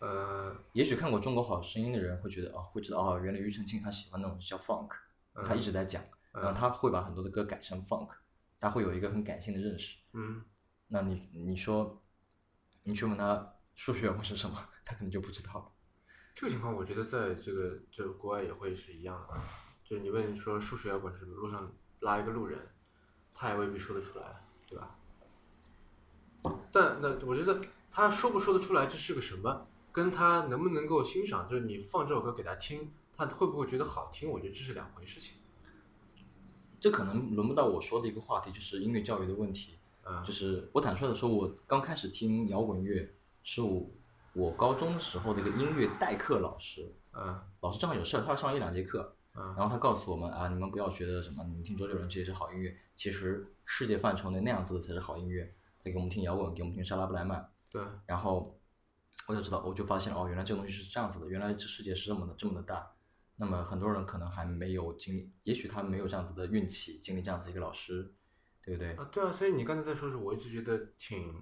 Speaker 1: 呃，
Speaker 2: 也许看过《中国好声音》的人会觉得哦，会知道哦，原来庾澄庆他喜欢那种叫 funk，
Speaker 1: 嗯
Speaker 2: 他一直在讲，然后
Speaker 1: 嗯
Speaker 2: 他会把很多的歌改成 funk，他会有一个很感性的认识。
Speaker 1: 嗯
Speaker 2: 那你你说，你去问他数学会是什么，他可能就不知道了。
Speaker 1: 这个情况我觉得在这个这个国外也会是一样的，就是你问说数学摇滚是什么，路上拉一个路人，他也未必说得出来，对吧？但那我觉得他说不说得出来这是个什么，跟他能不能够欣赏，就是你放这首歌给他听，他会不会觉得好听，我觉得这是两回事情。
Speaker 2: 这可能轮不到我说的一个话题，就是音乐教育的问题。
Speaker 1: 嗯
Speaker 2: 就是我坦率的说，我刚开始听摇滚乐是我我高中时候的一个音乐代课老师，
Speaker 1: 嗯
Speaker 2: 老师正好有事儿，他要上一两节课，
Speaker 1: 嗯
Speaker 2: 然后他告诉我们啊，你们不要觉得什么，你们听周杰伦这些是好音乐，其实世界范畴内那样子的才是好音乐。他给我们听摇滚，给我们听莎拉布莱曼，
Speaker 1: 对
Speaker 2: 然后我就知道，我就发现哦，原来这个东西是这样子的，原来这世界是这么的这么的大。那么很多人可能还没有经历，也许他没有这样子的运气，经历这样子一个老师，对不对？
Speaker 1: 啊对啊，所以你刚才在说的时候，我一直觉得挺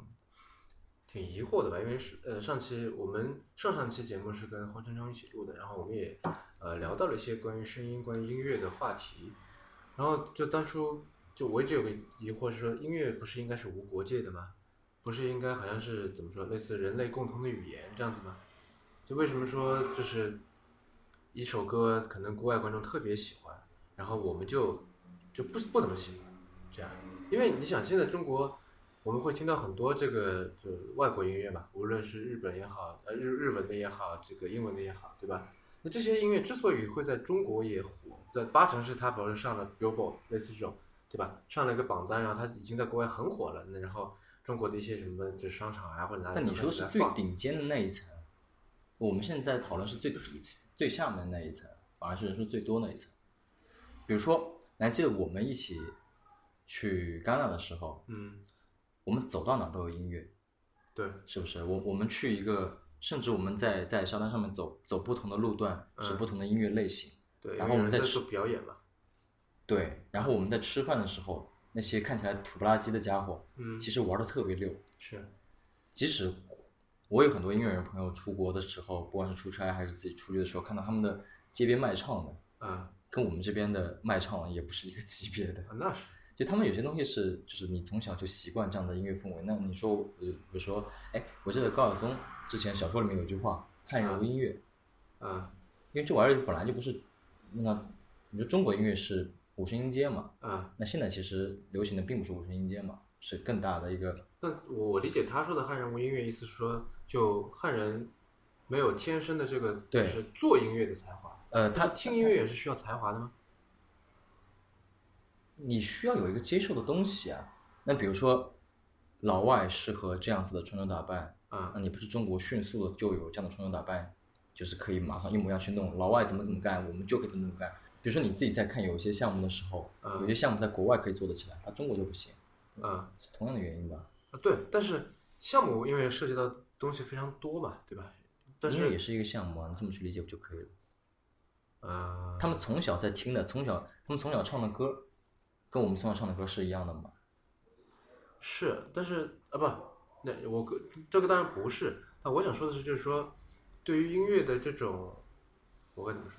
Speaker 1: 挺疑惑的吧，因为是呃上期我们上上期节目是跟黄晨忠一起录的，然后我们也呃聊到了一些关于声音、关于音乐的话题，然后就当初就我一直有个疑惑是说，音乐不是应该是无国界的吗？不是应该好像是怎么说，类似人类共同的语言这样子吗？就为什么说就是一首歌可能国外观众特别喜欢，然后我们就就不不怎么喜欢这样？因为你想，现在中国我们会听到很多这个就外国音乐嘛，无论是日本也好，呃日日文的也好，这个英文的也好，对吧？那这些音乐之所以会在中国也火，在八成是它比如说上了 Billboard 类似这种，对吧？上了一个榜单，然后它已经在国外很火了，那然后中国的一些什么就是商场啊或者哪里，
Speaker 2: 但你说的是
Speaker 1: 在
Speaker 2: 最
Speaker 1: 放
Speaker 2: 顶尖的那一层，我们现在讨论是最底层、最下面那一层，反而是人数最多那一层。比如说，你还记得我们一起去戛纳的时候，
Speaker 1: 嗯，
Speaker 2: 我们走到哪都有音乐，
Speaker 1: 对，
Speaker 2: 是不是？我我们去一个，甚至我们在在沙滩上面走走不同的路段，
Speaker 1: 嗯
Speaker 2: 是不同的音乐类型。
Speaker 1: 对，
Speaker 2: 然
Speaker 1: 因
Speaker 2: 后
Speaker 1: 为
Speaker 2: 我
Speaker 1: 有人
Speaker 2: 们再
Speaker 1: 在
Speaker 2: 吃
Speaker 1: 做表演嘛，
Speaker 2: 对，然后我们在吃饭的时候，那些看起来土不拉几的家伙，
Speaker 1: 嗯，
Speaker 2: 其实玩的特别溜。
Speaker 1: 是，
Speaker 2: 即使我有很多音乐人朋友出国的时候，不管是出差还是自己出去的时候，看到他们的街边卖唱的，
Speaker 1: 嗯，
Speaker 2: 跟我们这边的卖唱也不是一个级别的。
Speaker 1: 那是，
Speaker 2: 就他们有些东西是，就是你从小就习惯这样的音乐氛围。那你说，呃，比如说，哎，我记得高晓松之前小说里面有句话“汉人无音乐”，
Speaker 1: 嗯
Speaker 2: 因为这玩意儿本来就不是，那你说中国音乐是五声音阶嘛？
Speaker 1: 嗯，
Speaker 2: 那现在其实流行的并不是五声音阶嘛，是更大的一个
Speaker 1: 但我我理解他说的汉人无音乐，意思是说就汉人没有天生的这个就
Speaker 2: 对
Speaker 1: 是做音乐的才华，
Speaker 2: 呃，
Speaker 1: 他
Speaker 2: 他
Speaker 1: 听音乐也是需要才华的吗？
Speaker 2: 你需要有一个接受的东西啊。那比如说，老外适合这样子的穿着打扮，那
Speaker 1: 嗯，
Speaker 2: 你不是中国迅速的就有这样的穿着打扮，就是可以马上一模一样去弄，老外怎么怎么干，我们就可以怎么怎么干。比如说你自己在看有一些项目的时候，
Speaker 1: 嗯
Speaker 2: 有些项目在国外可以做得起来，它中国就不行，
Speaker 1: 嗯。
Speaker 2: 是同样的原因吧？
Speaker 1: 啊，对，但是项目因为涉及到东西非常多嘛，对吧？但
Speaker 2: 音乐也
Speaker 1: 是，
Speaker 2: 是一个项目啊，你这么去理解不就可以了？
Speaker 1: 呃，
Speaker 2: 他们从小在听的，从小他们从小唱的歌，跟我们从小唱的歌是一样的嘛？
Speaker 1: 是，但是啊，不，那我个这个当然不是。但我想说的是，就是说，对于音乐的这种，我该怎么说？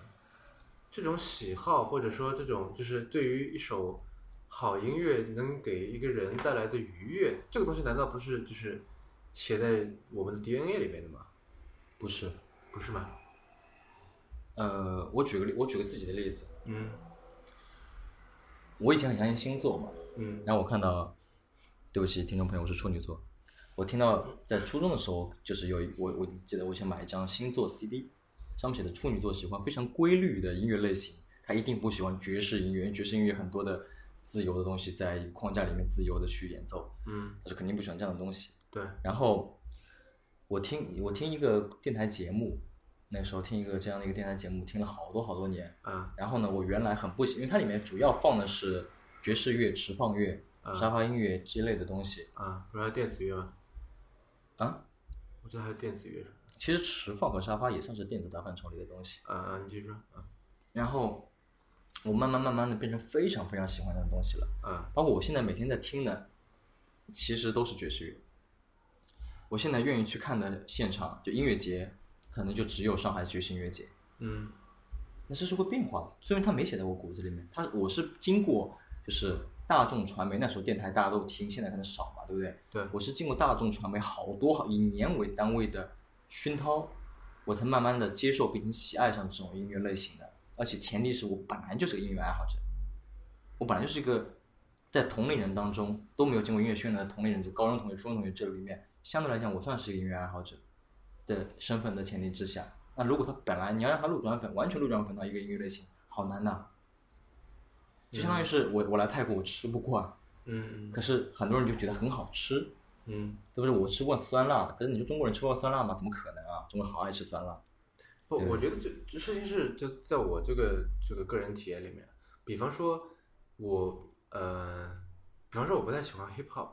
Speaker 1: 这种喜好，或者说这种，就是对于一首好音乐能给一个人带来的愉悦，这个东西难道不是就是写在我们的 DNA 里面的吗？
Speaker 2: 不是，
Speaker 1: 不是吗？
Speaker 2: 呃，我举个例，我举个自己的例子，
Speaker 1: 嗯
Speaker 2: 我以前很相信星座嘛，
Speaker 1: 嗯
Speaker 2: 然后我看到，对不起，听众朋友，我是处女座。我听到在初中的时候，就是有一我我记得我想买一张星座 CD，上面写的处女座喜欢非常规律的音乐类型，他一定不喜欢爵士音乐，因为爵士音乐很多的自由的东西在框架里面自由的去演奏，
Speaker 1: 嗯，
Speaker 2: 他是肯定不喜欢这样的东西。
Speaker 1: 对，
Speaker 2: 然后我听我听一个电台节目，那时候听一个这样的一个电台节目，听了好多好多年，
Speaker 1: 嗯
Speaker 2: 然后呢，我原来很不喜，因为它里面主要放的是爵士乐、持放乐、
Speaker 1: 嗯
Speaker 2: 沙发音乐之类的东西
Speaker 1: 嗯，不是还有电子乐吗？
Speaker 2: 啊。
Speaker 1: 我记得还有电子乐是吧。
Speaker 2: 其实持放和沙发也算是电子大范畴里的东西。
Speaker 1: 啊啊，你继续说。啊
Speaker 2: 然后我慢慢慢慢的变成非常非常喜欢这种东西了，
Speaker 1: 啊
Speaker 2: 包括我现在每天在听的，其实都是爵士乐。我现在愿意去看的现场就音乐节，可能就只有上海爵士音乐节。
Speaker 1: 嗯
Speaker 2: 那这是会变化的，虽然它没写在我骨子里面，它我是经过就是大众传媒那时候电台大家都听，现在可能少嘛，对不对？
Speaker 1: 对
Speaker 2: 我是经过大众传媒好多好以年为单位的熏陶，我才慢慢的接受并且喜爱上这种音乐类型的，而且前提是我本来就是个音乐爱好者，我本来就是一个在同龄人当中都没有经过音乐训练的同龄人，就高中同学、初中同学这里面，相对来讲我算是一个音乐爱好者的身份的前提之下，那如果他本来你要让他路转粉，完全路转粉到一个音乐类型，好难呐、就相当于是我我来泰国我吃不惯，
Speaker 1: 嗯
Speaker 2: 可是很多人就觉得很好吃，
Speaker 1: 嗯，
Speaker 2: 对不对？我吃惯酸辣的，可是你说中国人吃惯酸辣吗？怎么可能啊！中国人好爱吃酸辣。
Speaker 1: 不，
Speaker 2: 对
Speaker 1: 我觉得这这事情是就在我这个这个个人体验里面，比方说我呃，比方说我不太喜欢 hip hop，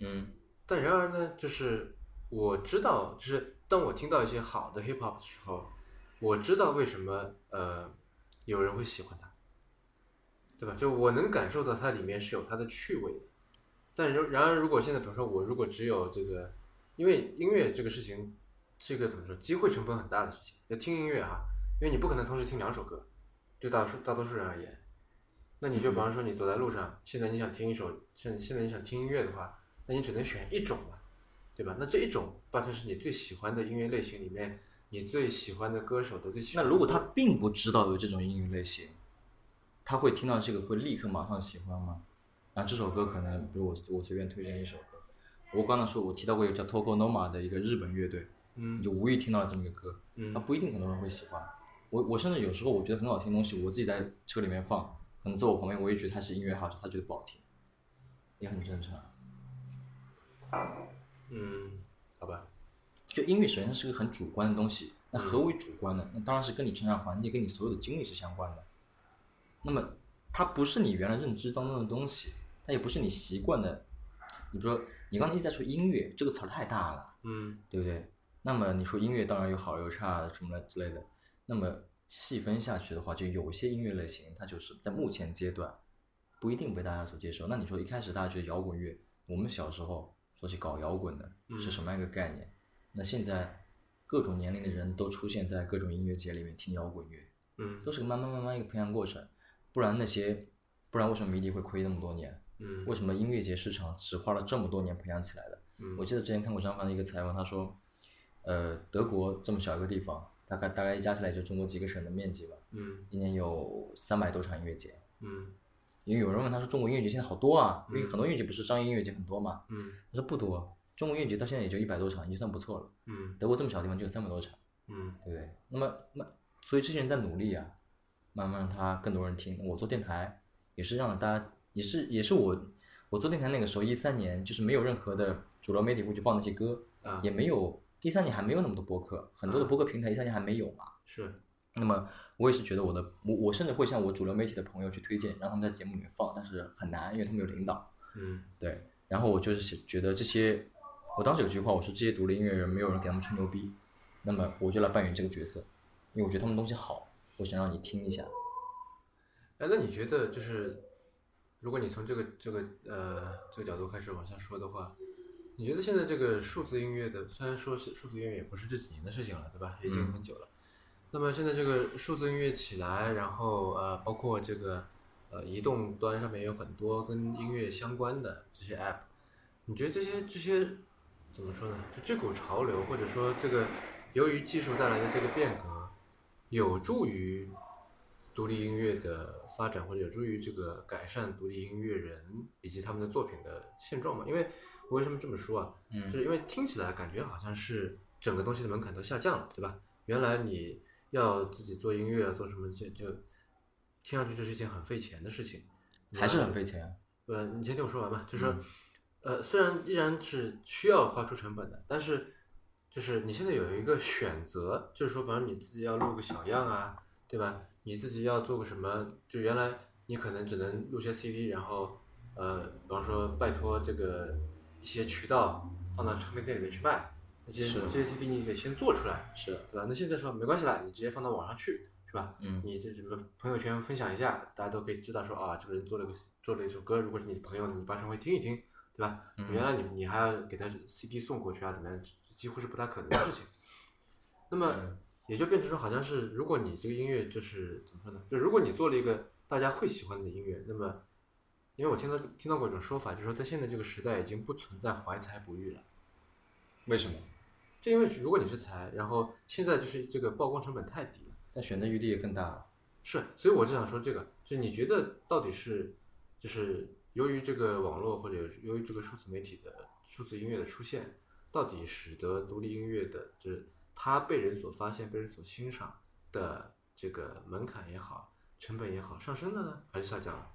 Speaker 2: 嗯
Speaker 1: 但然而呢，就是我知道，就是当我听到一些好的 hip hop 的时候，我知道为什么呃有人会喜欢它，对吧？就我能感受到它里面是有它的趣味的。但然然而，如果现在比如说我如果只有这个，因为音乐这个事情，这个怎么说，机会成本很大的事情。要听音乐哈，因为你不可能同时听两首歌，对大数大多数人而言。那你就比方说你走在路上，现在你想听一首，现现在你想听音乐的话，那你只能选一种了，对吧？那这一种八成是你最喜欢的音乐类型里面，你最喜欢的歌手的最喜
Speaker 2: 那
Speaker 1: 欢的
Speaker 2: 如果
Speaker 1: 歌
Speaker 2: 他并不知道有这种音乐类型，他会听到这个会立刻马上喜欢吗？啊，这首歌可能，比如我我随便推荐一首歌，我刚才说我提到过有叫 Tokonoma 的一个日本乐队，你
Speaker 1: 嗯
Speaker 2: 就无意听到了这么一个歌，
Speaker 1: 嗯
Speaker 2: 那不一定很多人会喜欢。我我甚至有时候我觉得很好听的东西，我自己在车里面放，可能坐我旁边我也觉得他是音乐爱好者，他觉得不好听，也很正常。
Speaker 1: 嗯，好吧，嗯
Speaker 2: 就音乐首先是个很主观的东西，那何为主观呢？那当然是跟你成长环境、跟你所有的经历是相关的。那么它不是你原来认知当中的东西，它也不是你习惯的。你比如说，你刚才一直在说音乐这个词儿太大了，
Speaker 1: 嗯
Speaker 2: 对不对？那么你说音乐当然有好有差什么之类的，那么细分下去的话，就有些音乐类型它就是在目前阶段不一定被大家所接受。那你说一开始大家觉得摇滚乐，我们小时候说起搞摇滚的
Speaker 1: 嗯
Speaker 2: 是什么样一个概念？那现在各种年龄的人都出现在各种音乐节里面听摇滚乐，
Speaker 1: 嗯
Speaker 2: 都是个慢慢慢慢一个培养过程。不然那些，不然为什么迷笛会亏那么多年？
Speaker 1: 嗯
Speaker 2: 为什么音乐节市场只花了这么多年培养起来的？
Speaker 1: 嗯
Speaker 2: 我记得之前看过张凡的一个采访，他说，呃，德国这么小一个地方，大概大概加起来就中国几个省的面积吧，
Speaker 1: 嗯
Speaker 2: 一年有三百多场音乐节。
Speaker 1: 嗯
Speaker 2: 因为有人问他说，中国音乐节现在好多啊，因为很多音乐节不是商业音乐节很多嘛，
Speaker 1: 嗯
Speaker 2: 他说不多，中国音乐节到现在也就一百多场，已经算不错了。
Speaker 1: 嗯
Speaker 2: 德国这么小地方就有三百多场，
Speaker 1: 嗯
Speaker 2: 对不对？那么那所以这些人在努力啊，慢慢让他更多人听。我做电台也是让大家，也是也是我我做电台那个时候，一三年就是没有任何的主流媒体会去放那些歌，
Speaker 1: 啊
Speaker 2: 也没有一三年还没有那么多播客，很多的播客平台一三年还没有嘛。
Speaker 1: 是
Speaker 2: 那么我也是觉得我的我我甚至会向我主流媒体的朋友去推荐，让他们在节目里面放，但是很难，因为他们有领导。
Speaker 1: 嗯
Speaker 2: 对，然后我就是觉得这些，我当时有句话，我说这些独立音乐人没有人给他们吹牛逼，那么我就来扮演这个角色，因为我觉得他们东西好，我想让你听一下。
Speaker 1: 哎，那你觉得就是，如果你从这个这个呃这个角度开始往下说的话，你觉得现在这个数字音乐的，虽然说是数字音乐也不是这几年的事情了，对吧？也已经
Speaker 2: 嗯
Speaker 1: 很久了。那么现在这个数字音乐起来，然后呃，包括这个呃移动端上面有很多跟音乐相关的这些 app，你觉得这些这些怎么说呢？就这股潮流，或者说这个由于技术带来的这个变革，有助于独立音乐的发展，或者有助于这个改善独立音乐人以及他们的作品的现状吗？因为我为什么这么说啊？就
Speaker 2: 嗯
Speaker 1: 是因为听起来感觉好像是整个东西的门槛都下降了，对吧？原来你要自己做音乐啊，做什么就就听上去这是一件很费钱的事情，
Speaker 2: 还是很费钱啊。
Speaker 1: 呃，你先听我说完吧，就是说，呃，虽然依然是需要花出成本的，但是就是你现在有一个选择，就是说，反正你自己要录个小样啊，对吧？你自己要做个什么？就原来你可能只能录些 CD，然后呃，比方说拜托这个一些渠道放到唱片店里面去卖，那些
Speaker 2: 是
Speaker 1: 这些 CD 你得先做出来，
Speaker 2: 是，
Speaker 1: 对吧？那现在说没关系啦，你直接放到网上去，是吧？
Speaker 2: 嗯
Speaker 1: 你这什么朋友圈分享一下，大家都可以知道说啊，这个人做了个做了一首歌，如果是你的朋友，你八成会听一听，对吧？
Speaker 2: 嗯
Speaker 1: 原来你你还要给他 CD 送过去啊，怎么样，几乎是不太可能的事情。那么
Speaker 2: 嗯
Speaker 1: 也就变成说，好像是如果你这个音乐就是怎么说呢？就如果你做了一个大家会喜欢的音乐，那么因为我听到听到过一种说法，就是说在现在这个时代已经不存在怀才不遇了。
Speaker 2: 为什么？
Speaker 1: 就因为如果你是才，然后现在就是这个曝光成本太低了。
Speaker 2: 但选择余地也更大了。
Speaker 1: 是，所以我就想说这个，就你觉得到底是，就是由于这个网络或者由于这个数字媒体的数字音乐的出现，到底使得独立音乐的，就是它被人所发现、被人所欣赏的这个门槛也好、成本也好，上升了呢，还是下降了？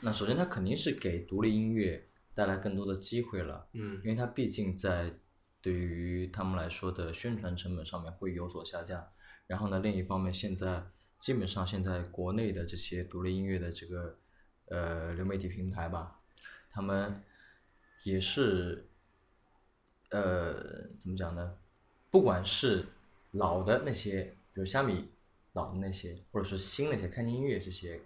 Speaker 2: 那首先，它肯定是给独立音乐带来更多的机会了，
Speaker 1: 嗯
Speaker 2: 因为它毕竟在对于他们来说的宣传成本上面会有所下降。然后呢，另一方面，现在基本上现在国内的这些独立音乐的这个呃流媒体平台吧，他们也是呃怎么讲呢？不管是老的那些，比如虾米老的那些，或者是新那些看见音乐这些，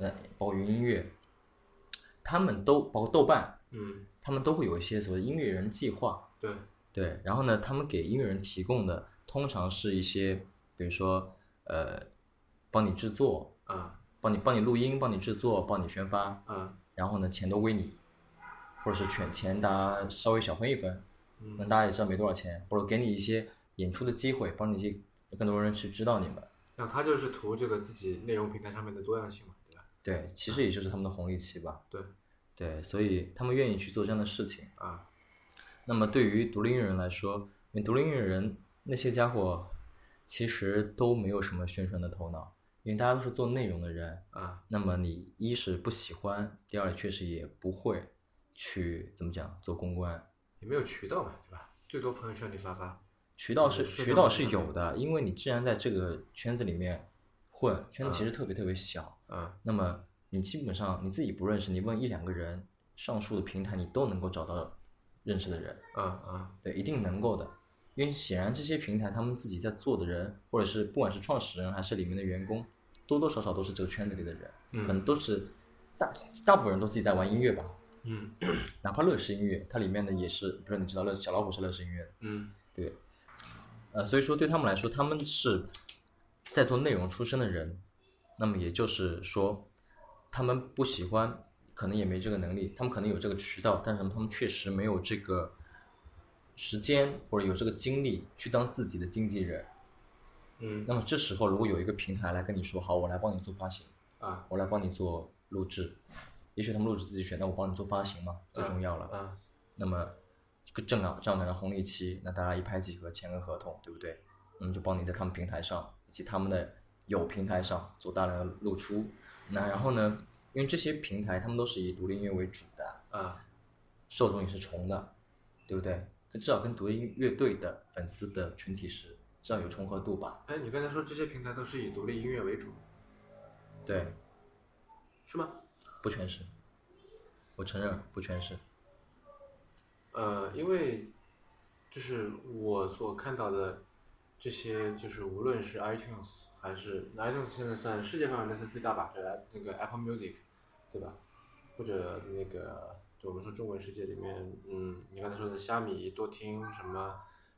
Speaker 2: 呃，包括云音乐，他们都包括豆瓣，
Speaker 1: 嗯，
Speaker 2: 他们都会有一些所谓的音乐人计划，
Speaker 1: 对，
Speaker 2: 对，然后呢，他们给音乐人提供的通常是一些，比如说，呃，帮你制作，
Speaker 1: 啊
Speaker 2: 帮你帮你录音，帮你制作，帮你宣发，
Speaker 1: 啊，
Speaker 2: 然后呢，钱都归你，或者是全钱大家稍微小分一分，那
Speaker 1: 嗯，
Speaker 2: 大家也知道没多少钱，或者给你一些演出的机会，帮你一些更多人去知道你们，
Speaker 1: 那它就是图这个自己内容平台上面的多样性嘛，对吧？
Speaker 2: 对，其实也就是他们的红利期吧，
Speaker 1: 对，
Speaker 2: 对，所以他们愿意去做这样的事情。
Speaker 1: 啊，
Speaker 2: 那么对于独立音乐人来说，因为独立音乐人那些家伙其实都没有什么宣传的头脑，因为大家都是做内容的人。
Speaker 1: 啊，
Speaker 2: 那么你一是不喜欢，第二确实也不会去怎么讲做公关，
Speaker 1: 也没有渠道嘛，对吧？最多朋友圈里发发。
Speaker 2: 渠道
Speaker 1: 是
Speaker 2: 是
Speaker 1: 是
Speaker 2: 渠
Speaker 1: 的
Speaker 2: 道
Speaker 1: 嘛
Speaker 2: 是
Speaker 1: 是
Speaker 2: 有的，因为你既然在这个圈子里面混，圈子其实特别特别小，
Speaker 1: 嗯
Speaker 2: 那么你基本上你自己不认识，你问一两个人，上述的平台你都能够找到认识的人，
Speaker 1: 嗯嗯
Speaker 2: 对，一定能够的。因为显然这些平台他们自己在做的人，或者是不管是创始人还是里面的员工，多多少少都是这个圈子里的人，
Speaker 1: 嗯
Speaker 2: 可能都是大大部分人都自己在玩音乐吧，
Speaker 1: 嗯
Speaker 2: 哪怕乐视音乐，它里面的也是，不是你知道乐小老虎是乐视音乐的，
Speaker 1: 嗯
Speaker 2: 对，呃，所以说对他们来说，他们是在做内容出身的人，那么也就是说，他们不喜欢，可能也没这个能力，他们可能有这个渠道，但是他们确实没有这个时间或者有这个精力去当自己的经纪人。
Speaker 1: 嗯
Speaker 2: 那么这时候，如果有一个平台来跟你说，好，我来帮你做发行，
Speaker 1: 啊
Speaker 2: 我来帮你做录制，也许他们录制自己选，但我帮你做发行嘛，最重要了。
Speaker 1: 啊
Speaker 2: 那么这个正好这样的人红利期，那大家一拍即合，签个合同，对不对？嗯，就帮你在他们平台上以及他们的有平台上做大量的露出。那然后呢，因为这些平台他们都是以独立音乐为主的，
Speaker 1: 啊
Speaker 2: 受众也是重的，对不对？至少跟独立乐队的粉丝的群体是至少有重合度吧？
Speaker 1: 哎，你刚才说这些平台都是以独立音乐为主，
Speaker 2: 对，
Speaker 1: 是吗？
Speaker 2: 不全是，我承认不全是。
Speaker 1: 呃，因为就是我所看到的这些，就是无论是 iTunes 还是 iTunes 现在算世界范围内算最大吧，这那个 Apple Music，对吧？或者那个就我们说中文世界里面，嗯，你刚才说的虾米、多听什么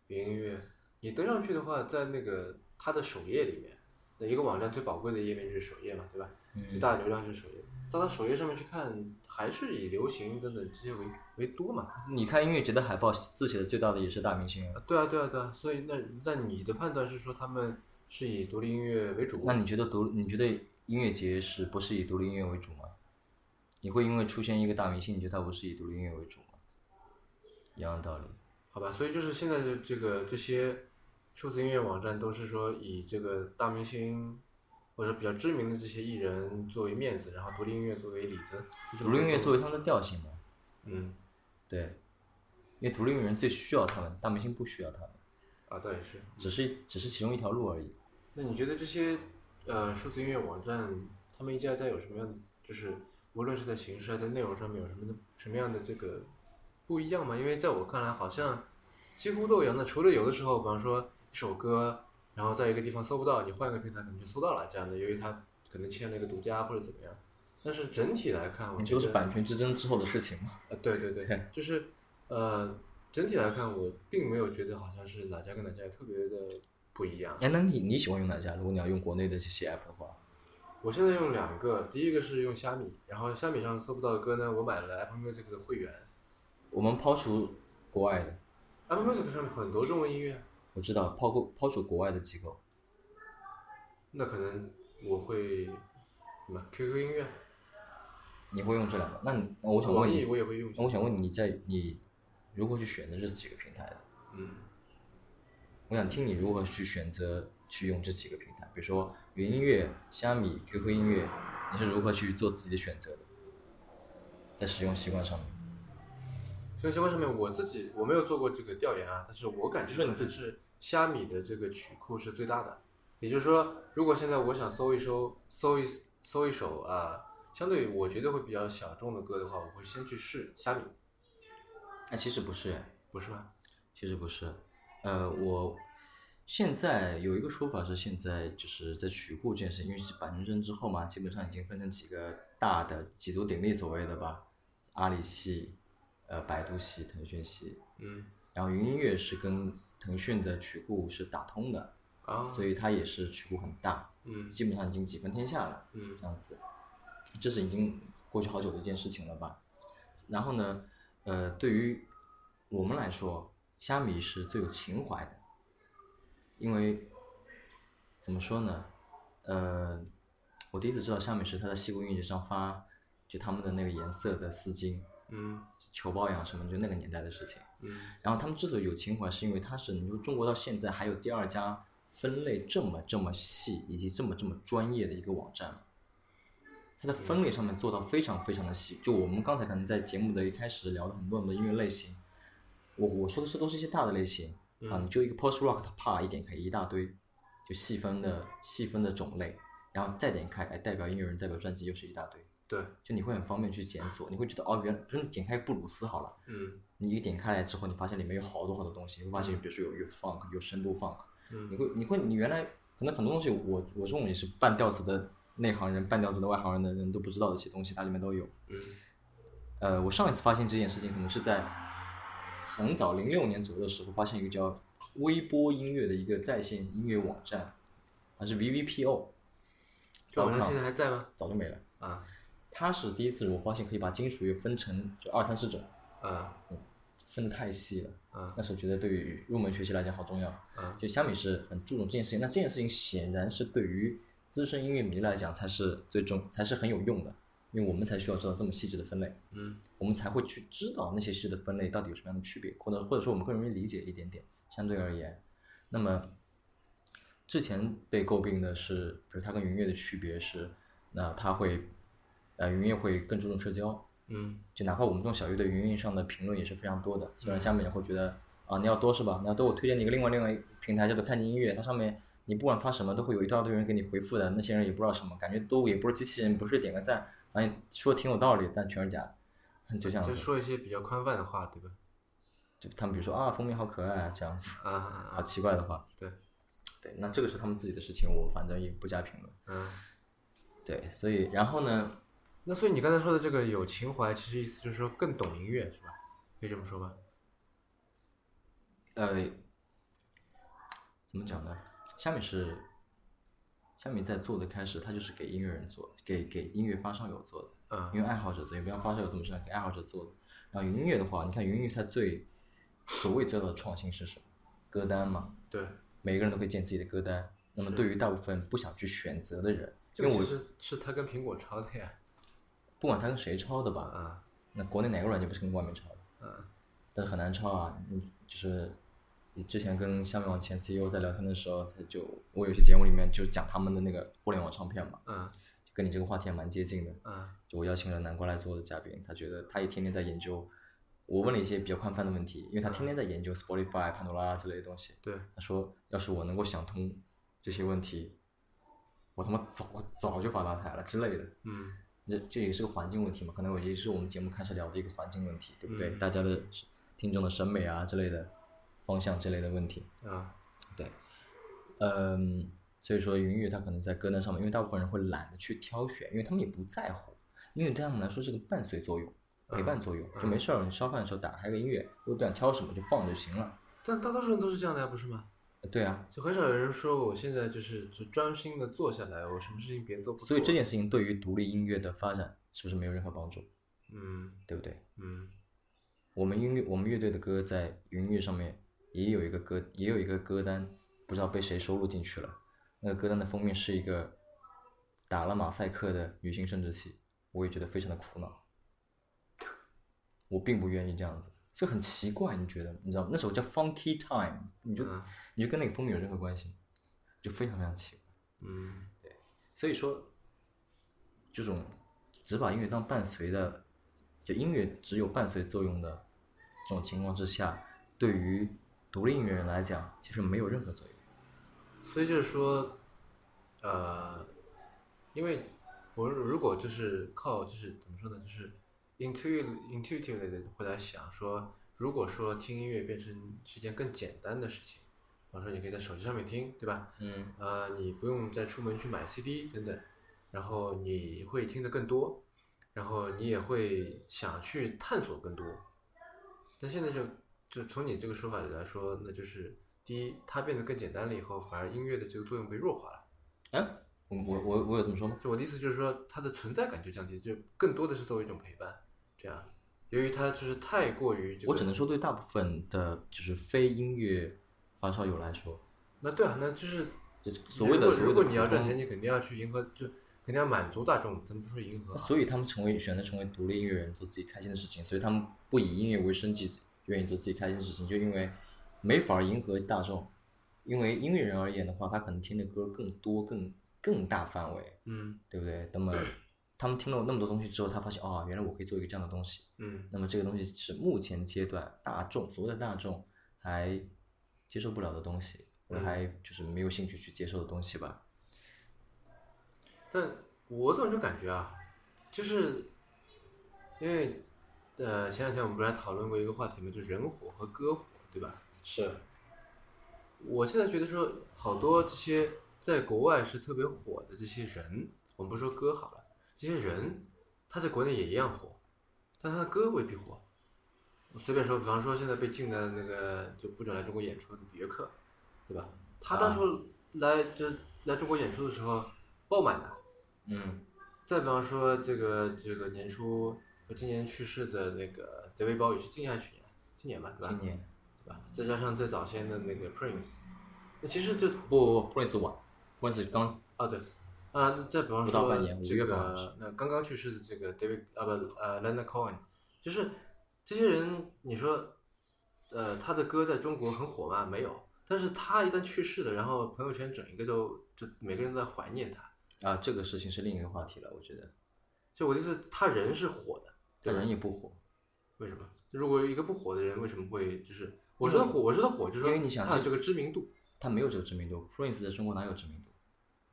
Speaker 1: 云音乐，你登上去的话，在那个它的首页里面，那一个网站最宝贵的页面就是首页嘛，对吧？最大的流量就是首页。到它首页上面去看，还是以流行等等这些为为多嘛？
Speaker 2: 你看音乐节的海报，字写的最大的也是大明星啊。
Speaker 1: 对啊，对啊，对啊，所以那那你的判断是说他们是以独立音乐为主？
Speaker 2: 那你觉得独你觉得音乐节是不是以独立音乐为主吗？你会因为出现一个大明星，你觉得他不是以独立音乐为主吗？一样的道理。
Speaker 1: 好吧，所以就是现在的这个这些数字音乐网站都是说以这个大明星或者比较知名的这些艺人作为面子，然后独立音乐作为里子。是这么
Speaker 2: 独立音乐
Speaker 1: 说
Speaker 2: 作为他们的调性嘛，
Speaker 1: 嗯
Speaker 2: 对，因为独立音乐人最需要他们，大明星不需要他们，
Speaker 1: 啊，倒也是。
Speaker 2: 只是只是其中一条路而已。
Speaker 1: 那你觉得这些呃数字音乐网站，他们一家一家有什么样的，就是无论是在形式还是在内容上面有什么的什么样的这个不一样吗？因为在我看来，好像几乎都一样的，除了有的时候，比方说一首歌，然后在一个地方搜不到，你换一个平台可能就搜到了这样的，由于它可能签了一个独家或者怎么样。但是整体来看，我
Speaker 2: 你
Speaker 1: 觉
Speaker 2: 说
Speaker 1: 得
Speaker 2: 的是版权之争之后的事情吗？
Speaker 1: 呃，对对对，就是呃，整体来看，我并没有觉得好像是哪家跟哪家特别的不一样。
Speaker 2: 哎，那你你喜欢用哪家？如果你要用国内的这些 app 的话，
Speaker 1: 我现在用两个，第一个是用虾米，然后虾米上搜不到的歌呢，我买了 Apple Music 的会员。
Speaker 2: 我们抛除国外的，
Speaker 1: Apple Music 上面很多中文音乐，啊
Speaker 2: 我知道抛过抛除国外的机构，
Speaker 1: 那可能我会什么 QQ 音乐、
Speaker 2: 你会用这两个？那你那我想
Speaker 1: 网
Speaker 2: 问
Speaker 1: 易
Speaker 2: 你，
Speaker 1: 我也会用。
Speaker 2: 那我想问你，你在你如何去选择这几个平台的？
Speaker 1: 嗯，
Speaker 2: 我想听你如何去选择去用这几个平台，比如说云音乐、虾米、QQ 音乐，你是如何去做自己的选择的？在使用习惯上面，
Speaker 1: 所以相关上面我自己我没有做过这个调研啊，但是我感觉
Speaker 2: 就说你
Speaker 1: 可能
Speaker 2: 自己
Speaker 1: 是虾米的这个曲库是最大的。也就是说，如果现在我想搜一搜搜一搜一首啊、相对我觉得会比较小众的歌的话，我会先去试虾米，
Speaker 2: 那其实不是，哎
Speaker 1: 不是吗？
Speaker 2: 其实不是，呃，我现在有一个说法是，现在就是在曲库这件事，因为是版权争之后嘛，基本上已经分成几个大的几足鼎立所谓的吧，阿里系、呃百度系、腾讯系，
Speaker 1: 嗯
Speaker 2: 然后云音乐是跟腾讯的曲库是打通的，
Speaker 1: 啊，
Speaker 2: 所以它也是曲库很大，
Speaker 1: 嗯
Speaker 2: 基本上已经几分天下了
Speaker 1: 嗯
Speaker 2: 这样子，这是已经过去好久的一件事情了吧？然后呢，呃，对于我们来说，虾米是最有情怀的，因为怎么说呢，呃，我第一次知道虾米是他在西湖音乐节上发就他们的那个颜色的丝巾、
Speaker 1: 嗯
Speaker 2: 球包呀什么，就那个年代的事情。
Speaker 1: 嗯
Speaker 2: 然后他们之所以有情怀，是因为它是你说中国到现在还有第二家分类这么这么细以及这么这么专业的一个网站，它的分类上面做到非常非常的细。就我们刚才可能在节目的一开始聊的很多很多音乐类型，我我说的是都是一些大的类型、啊，你就一个 post rock，它啪一点开一大堆，就细分的细分的种类，然后再点开，哎，代表音乐人，代表专辑又是一大堆，
Speaker 1: 对，
Speaker 2: 就你会很方便去检索，你会觉得哦，原来不是你点开布鲁斯好了，
Speaker 1: 嗯
Speaker 2: 你一点开来之后，你发现里面有好多好多东西，你会发现比如说有有 funk，有深度 funk，你
Speaker 1: 嗯
Speaker 2: 会你会你原来可能很多东西我，我这种也是半吊子的内行人、半吊子的外行人的人都不知道的一些东西，它里面都有。
Speaker 1: 嗯
Speaker 2: 呃，我上一次发现这件事情，可能是在很早零六年左右的时候，发现一个叫微波音乐的一个在线音乐网站，还是 VVPO，
Speaker 1: 这网站现在还在吗？
Speaker 2: 早就没了。
Speaker 1: 啊
Speaker 2: 它是第一次我发现可以把金属乐分成就二三十种，
Speaker 1: 啊
Speaker 2: 分的太细了。
Speaker 1: 啊
Speaker 2: 那时候觉得对于入门学习来讲好重要。
Speaker 1: 啊
Speaker 2: 就虾米是很注重这件事情，那这件事情显然是对于资深音乐迷来讲才是最重，才是很有用的，因为我们才需要知道这么细致的分类，
Speaker 1: 嗯
Speaker 2: 我们才会去知道那些细致的分类到底有什么样的区别，或者或者说我们更容易理解一点点，相对而言。那么之前被诟病的是，比如它跟云乐的区别是，那它会，呃，云乐会更注重社交，
Speaker 1: 嗯
Speaker 2: 就哪怕我们这种小乐队云云上的评论也是非常多的，虽然下面也会觉得啊你要多是吧？你要多，我推荐你一个另外另外一个平台叫做看见音乐，它上面你不管发什么都会有一大堆人给你回复的，那些人也不知道什么，感觉都也不是机器人，不是点个赞，哎说得挺有道理，但全是假的，就这样
Speaker 1: 就
Speaker 2: 子。
Speaker 1: 说一些比较宽泛的话，对吧？
Speaker 2: 就他们比如说啊蜂蜜好可爱啊这样子，
Speaker 1: 啊啊
Speaker 2: 好
Speaker 1: 啊，
Speaker 2: 奇怪的话，
Speaker 1: 对，
Speaker 2: 对，那这个是他们自己的事情，我反正也不加评论。
Speaker 1: 嗯。
Speaker 2: 对，所以然后呢，
Speaker 1: 那所以你刚才说的这个有情怀，其实意思就是说更懂音乐，是吧？可以这么说吧？
Speaker 2: 呃，怎么讲呢？下面是下面在做的开始，它就是给音乐人做，给给音乐发烧友做的，
Speaker 1: 嗯
Speaker 2: 因为爱好者做，也不要发烧友这么说，给爱好者做的。然后云音乐的话，你看云音乐它最所谓最大的创新是什么？歌单嘛，
Speaker 1: 对，
Speaker 2: 每个人都可以建自己的歌单。那么对于大部分不想去选择的人，
Speaker 1: 这
Speaker 2: 因
Speaker 1: 个
Speaker 2: 为
Speaker 1: 其
Speaker 2: 我
Speaker 1: 实是他跟苹果抄的呀。
Speaker 2: 不管他跟谁抄的吧，
Speaker 1: 啊
Speaker 2: 那国内哪个软件不是跟外面抄的？
Speaker 1: 啊
Speaker 2: 但是很难抄啊。你就是你之前跟下面网前 CEO 在聊天的时候，就我有些节目里面就讲他们的那个互联网唱片嘛，
Speaker 1: 啊
Speaker 2: 就跟你这个话题还蛮接近的。
Speaker 1: 啊
Speaker 2: 就我邀请了南瓜来做的嘉宾，他觉得他也天天在研究。我问了一些比较宽泛的问题，因为他天天在研究 Spotify、潘多拉之类的东西。
Speaker 1: 对，
Speaker 2: 他说，要是我能够想通这些问题，我他妈早早就发大财了之类的。
Speaker 1: 嗯
Speaker 2: 这这也是个环境问题嘛，可能我也是我们节目开始聊的一个环境问题，对不对？
Speaker 1: 嗯
Speaker 2: 大家的听众的审美啊之类的方向之类的问题，
Speaker 1: 啊
Speaker 2: 对，嗯，所以说云乐他可能在歌单上面，因为大部分人会懒得去挑选，因为他们也不在乎，音乐对他们来说是个伴随作用、陪伴作用，就没事儿，你烧饭的时候打开个音乐，我也不想挑什么就放就行了。
Speaker 1: 但大多数人都是这样的呀，不是吗？
Speaker 2: 对啊，
Speaker 1: 就很少有人说我现在就是就专心的坐下来，我什么事情别的都不做。
Speaker 2: 所以这件事情对于独立音乐的发展是不是没有任何帮助，
Speaker 1: 嗯
Speaker 2: 对不对？
Speaker 1: 嗯
Speaker 2: 我们音乐我们乐队的歌在云乐上面也有一个歌也有一个歌单，不知道被谁收录进去了。那个歌单的封面是一个打了马赛克的女性生殖器，我也觉得非常的苦恼。我并不愿意这样子，就很奇怪，你觉得？你知道吗？那首叫 Funky Time，你就、
Speaker 1: 嗯
Speaker 2: 你就跟那个封面有任何关系，就非常非常奇怪。
Speaker 1: 嗯
Speaker 2: 所以说，这种只把音乐当伴随的，就音乐只有伴随作用的这种情况之下，对于独立音乐人来讲，其实没有任何作用。
Speaker 1: 所以就是说，呃，因为我如果就是靠就是怎么说呢，就是 intuitive intuitively 的会来想说，如果说听音乐变成是件更简单的事情，比方说你可以在手机上面听，对吧？
Speaker 2: 嗯
Speaker 1: 呃，你不用再出门去买 CD 等等，然后你会听得更多，然后你也会想去探索更多。但现在就就从你这个说法里来说，那就是第一，它变得更简单了以后，反而音乐的这个作用被弱化了。
Speaker 2: 哎，我我我我有这么说吗？
Speaker 1: 就我的意思就是说，它的存在感就降低，就更多的是作为一种陪伴。这样，由于它就是太过于这个，
Speaker 2: 我只能说，对大部分的就是非音乐发烧友来说，
Speaker 1: 那对啊，那就是
Speaker 2: 就是所谓的
Speaker 1: 如果
Speaker 2: 所谓
Speaker 1: 如
Speaker 2: 的
Speaker 1: 果你要
Speaker 2: 普通
Speaker 1: 赚钱，你肯定要去迎合，就肯定要满足大众，咱们不说迎合啊，
Speaker 2: 所以他们成为选择成为独立音乐人，做自己开心的事情，所以他们不以音乐为生计，愿意做自己开心的事情，就因为没法儿迎合大众。因为音乐人而言的话，他可能听的歌更多、更更大范围，
Speaker 1: 嗯
Speaker 2: 对不对？那么他们听了我那么多东西之后，他发现啊、原来我可以做一个这样的东西。
Speaker 1: 嗯
Speaker 2: 那么这个东西是目前阶段大众所谓的大众还接受不了的东西，我
Speaker 1: 嗯
Speaker 2: 还就是没有兴趣去接受的东西吧。
Speaker 1: 但我总有种感觉啊，就是因为呃前两天我们不是还讨论过一个话题嘛，就人火和歌火，对吧？
Speaker 2: 是，
Speaker 1: 我现在觉得说，好多这些在国外是特别火的这些人，我们不说歌好了，这些人他在国内也一样火，但他的歌未必火。我随便说，比方说现在被禁的那个就不准来中国演出的比约克，对吧？他
Speaker 2: 啊
Speaker 1: 当初来就来中国演出的时候爆满的。
Speaker 2: 嗯
Speaker 1: 再比方说这个这个年初今年去世的那个德维鲍也是今年还是去年？今年吧，对吧？
Speaker 2: 今年
Speaker 1: 对吧？再加上最早先的那个 Prince，那其实就
Speaker 2: 不不不，Prince 晚，Prince 刚
Speaker 1: 啊，对，啊，那再比方
Speaker 2: 不到
Speaker 1: 说
Speaker 2: 半年五
Speaker 1: 这
Speaker 2: 月份好像是
Speaker 1: 个，那刚刚去世的这个 David 啊不呃 Leonard Cohen，就是这些人，你说，呃，他的歌在中国很火吗？没有，但是他一旦去世了，然后朋友圈整一个都就每个人都在怀念他。
Speaker 2: 啊，这个事情是另一个话题了，我觉得，
Speaker 1: 就我的意思，他人是火的，对
Speaker 2: 但
Speaker 1: 吧
Speaker 2: 人也不火，
Speaker 1: 为什么？如果一个不火的人，为什么会就是？我说的火，我说的火，就是说
Speaker 2: 因为你想
Speaker 1: 他有
Speaker 2: 这
Speaker 1: 这个知名度
Speaker 2: 他没有这个知名度，Prince 在中国哪有知名度？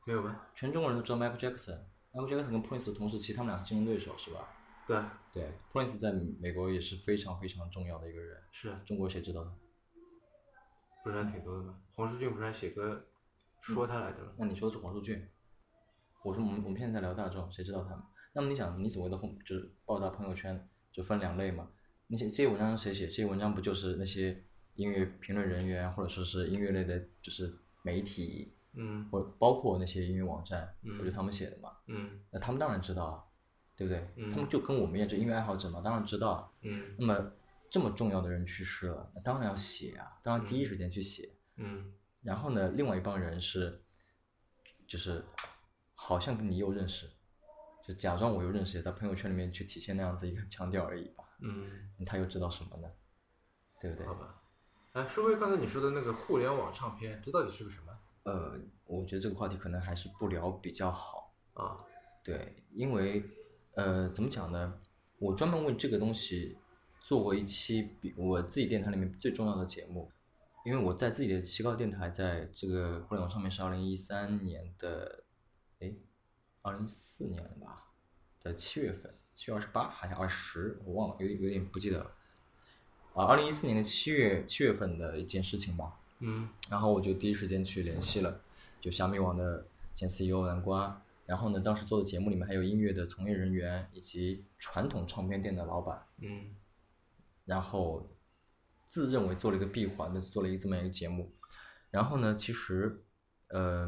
Speaker 1: 没有吗？
Speaker 2: 全中国人都知道 Michael Jackson，Michael Jackson 跟 Prince 同时期，他们俩是竞争对手，是吧？
Speaker 1: 对，啊
Speaker 2: 对，Prince 在美国也是非常非常重要的一个人，
Speaker 1: 是啊
Speaker 2: 中国谁知道他？
Speaker 1: 不是还挺多的吗？黄舒骏不是还写歌说他来着吗？
Speaker 2: 那你说的是黄舒骏，我说我们我们现在在聊大众，谁知道他们？那么你想，你所谓的红就是爆炸朋友圈，就分两类嘛？那些这些文章是谁写？这些文章不就是那些音乐评论人员，或者说是音乐类的，就是媒体，
Speaker 1: 嗯
Speaker 2: 或包括那些音乐网站，
Speaker 1: 嗯
Speaker 2: 不就他们写的嘛？
Speaker 1: 嗯
Speaker 2: 那他们当然知道啊，对不对？
Speaker 1: 嗯
Speaker 2: 他们就跟我们一样，就音乐爱好者嘛，当然知道啊。
Speaker 1: 嗯
Speaker 2: 那么这么重要的人去世了，那当然要写啊，当然第一时间去写。
Speaker 1: 嗯
Speaker 2: 然后呢，另外一帮人是，就是好像跟你又认识，就假装我又认识，在朋友圈里面去体现那样子一个腔调而已吧。
Speaker 1: 嗯，
Speaker 2: 他又知道什么呢？对不对
Speaker 1: 好？吧。哎，说回刚才你说的那个互联网唱片，这到底是个什么
Speaker 2: 呃，我觉得这个话题可能还是不聊比较好。
Speaker 1: 啊？
Speaker 2: 对，因为呃，怎么讲呢？我专门为这个东西做过一期比我自己电台里面最重要的节目，因为我在自己的西高电台，在这个互联网上面是二零一三年的，哎，二零一四年吧的七月份，七月二十八还是二十，我忘了，有点有点不记得了。啊，二零一四年的七月七月份的一件事情吧，
Speaker 1: 嗯
Speaker 2: 然后我就第一时间去联系了，就虾米网的前 CEO 南瓜，然后呢，当时做的节目里面还有音乐的从业人员以及传统唱片店的老板，
Speaker 1: 嗯
Speaker 2: 然后自认为做了一个闭环的做了一个这么一个节目，然后呢，其实，呃，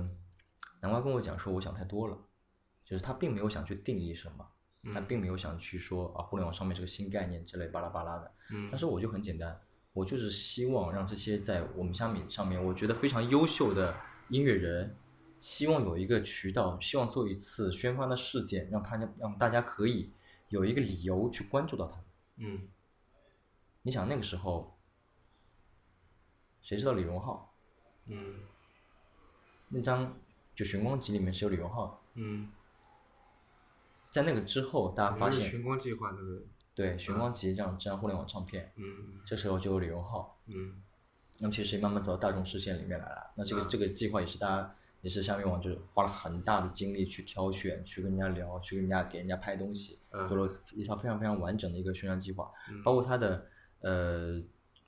Speaker 2: 南瓜跟我讲说，我想太多了，就是他并没有想去定义什么，他
Speaker 1: 嗯
Speaker 2: 并没有想去说啊互联网上面这个新概念之类巴拉巴拉的，
Speaker 1: 嗯
Speaker 2: 但是我就很简单，我就是希望让这些在我们虾米上面我觉得非常优秀的音乐人，希望有一个渠道，希望做一次宣发的事件，让他让大家可以有一个理由去关注到他们。
Speaker 1: 嗯
Speaker 2: 你想那个时候，谁知道李荣浩
Speaker 1: 嗯
Speaker 2: 那张就《寻光集》里面是有李荣浩的，
Speaker 1: 嗯，
Speaker 2: 在那个之后，大家发
Speaker 1: 就是
Speaker 2: 现
Speaker 1: 群光计划那个，
Speaker 2: 对《寻光集》这样这样互联网唱片，
Speaker 1: 嗯
Speaker 2: 这时候就有李荣浩，
Speaker 1: 嗯
Speaker 2: 那么其实慢慢走到大众视线里面来了。那这个、这个计划也是大家也是下面网就是花了很大的精力去挑选，去跟人家聊，去跟人家给人家拍东西，
Speaker 1: 嗯
Speaker 2: 做了一套非常非常完整的一个宣传计划，
Speaker 1: 嗯
Speaker 2: 包括它的呃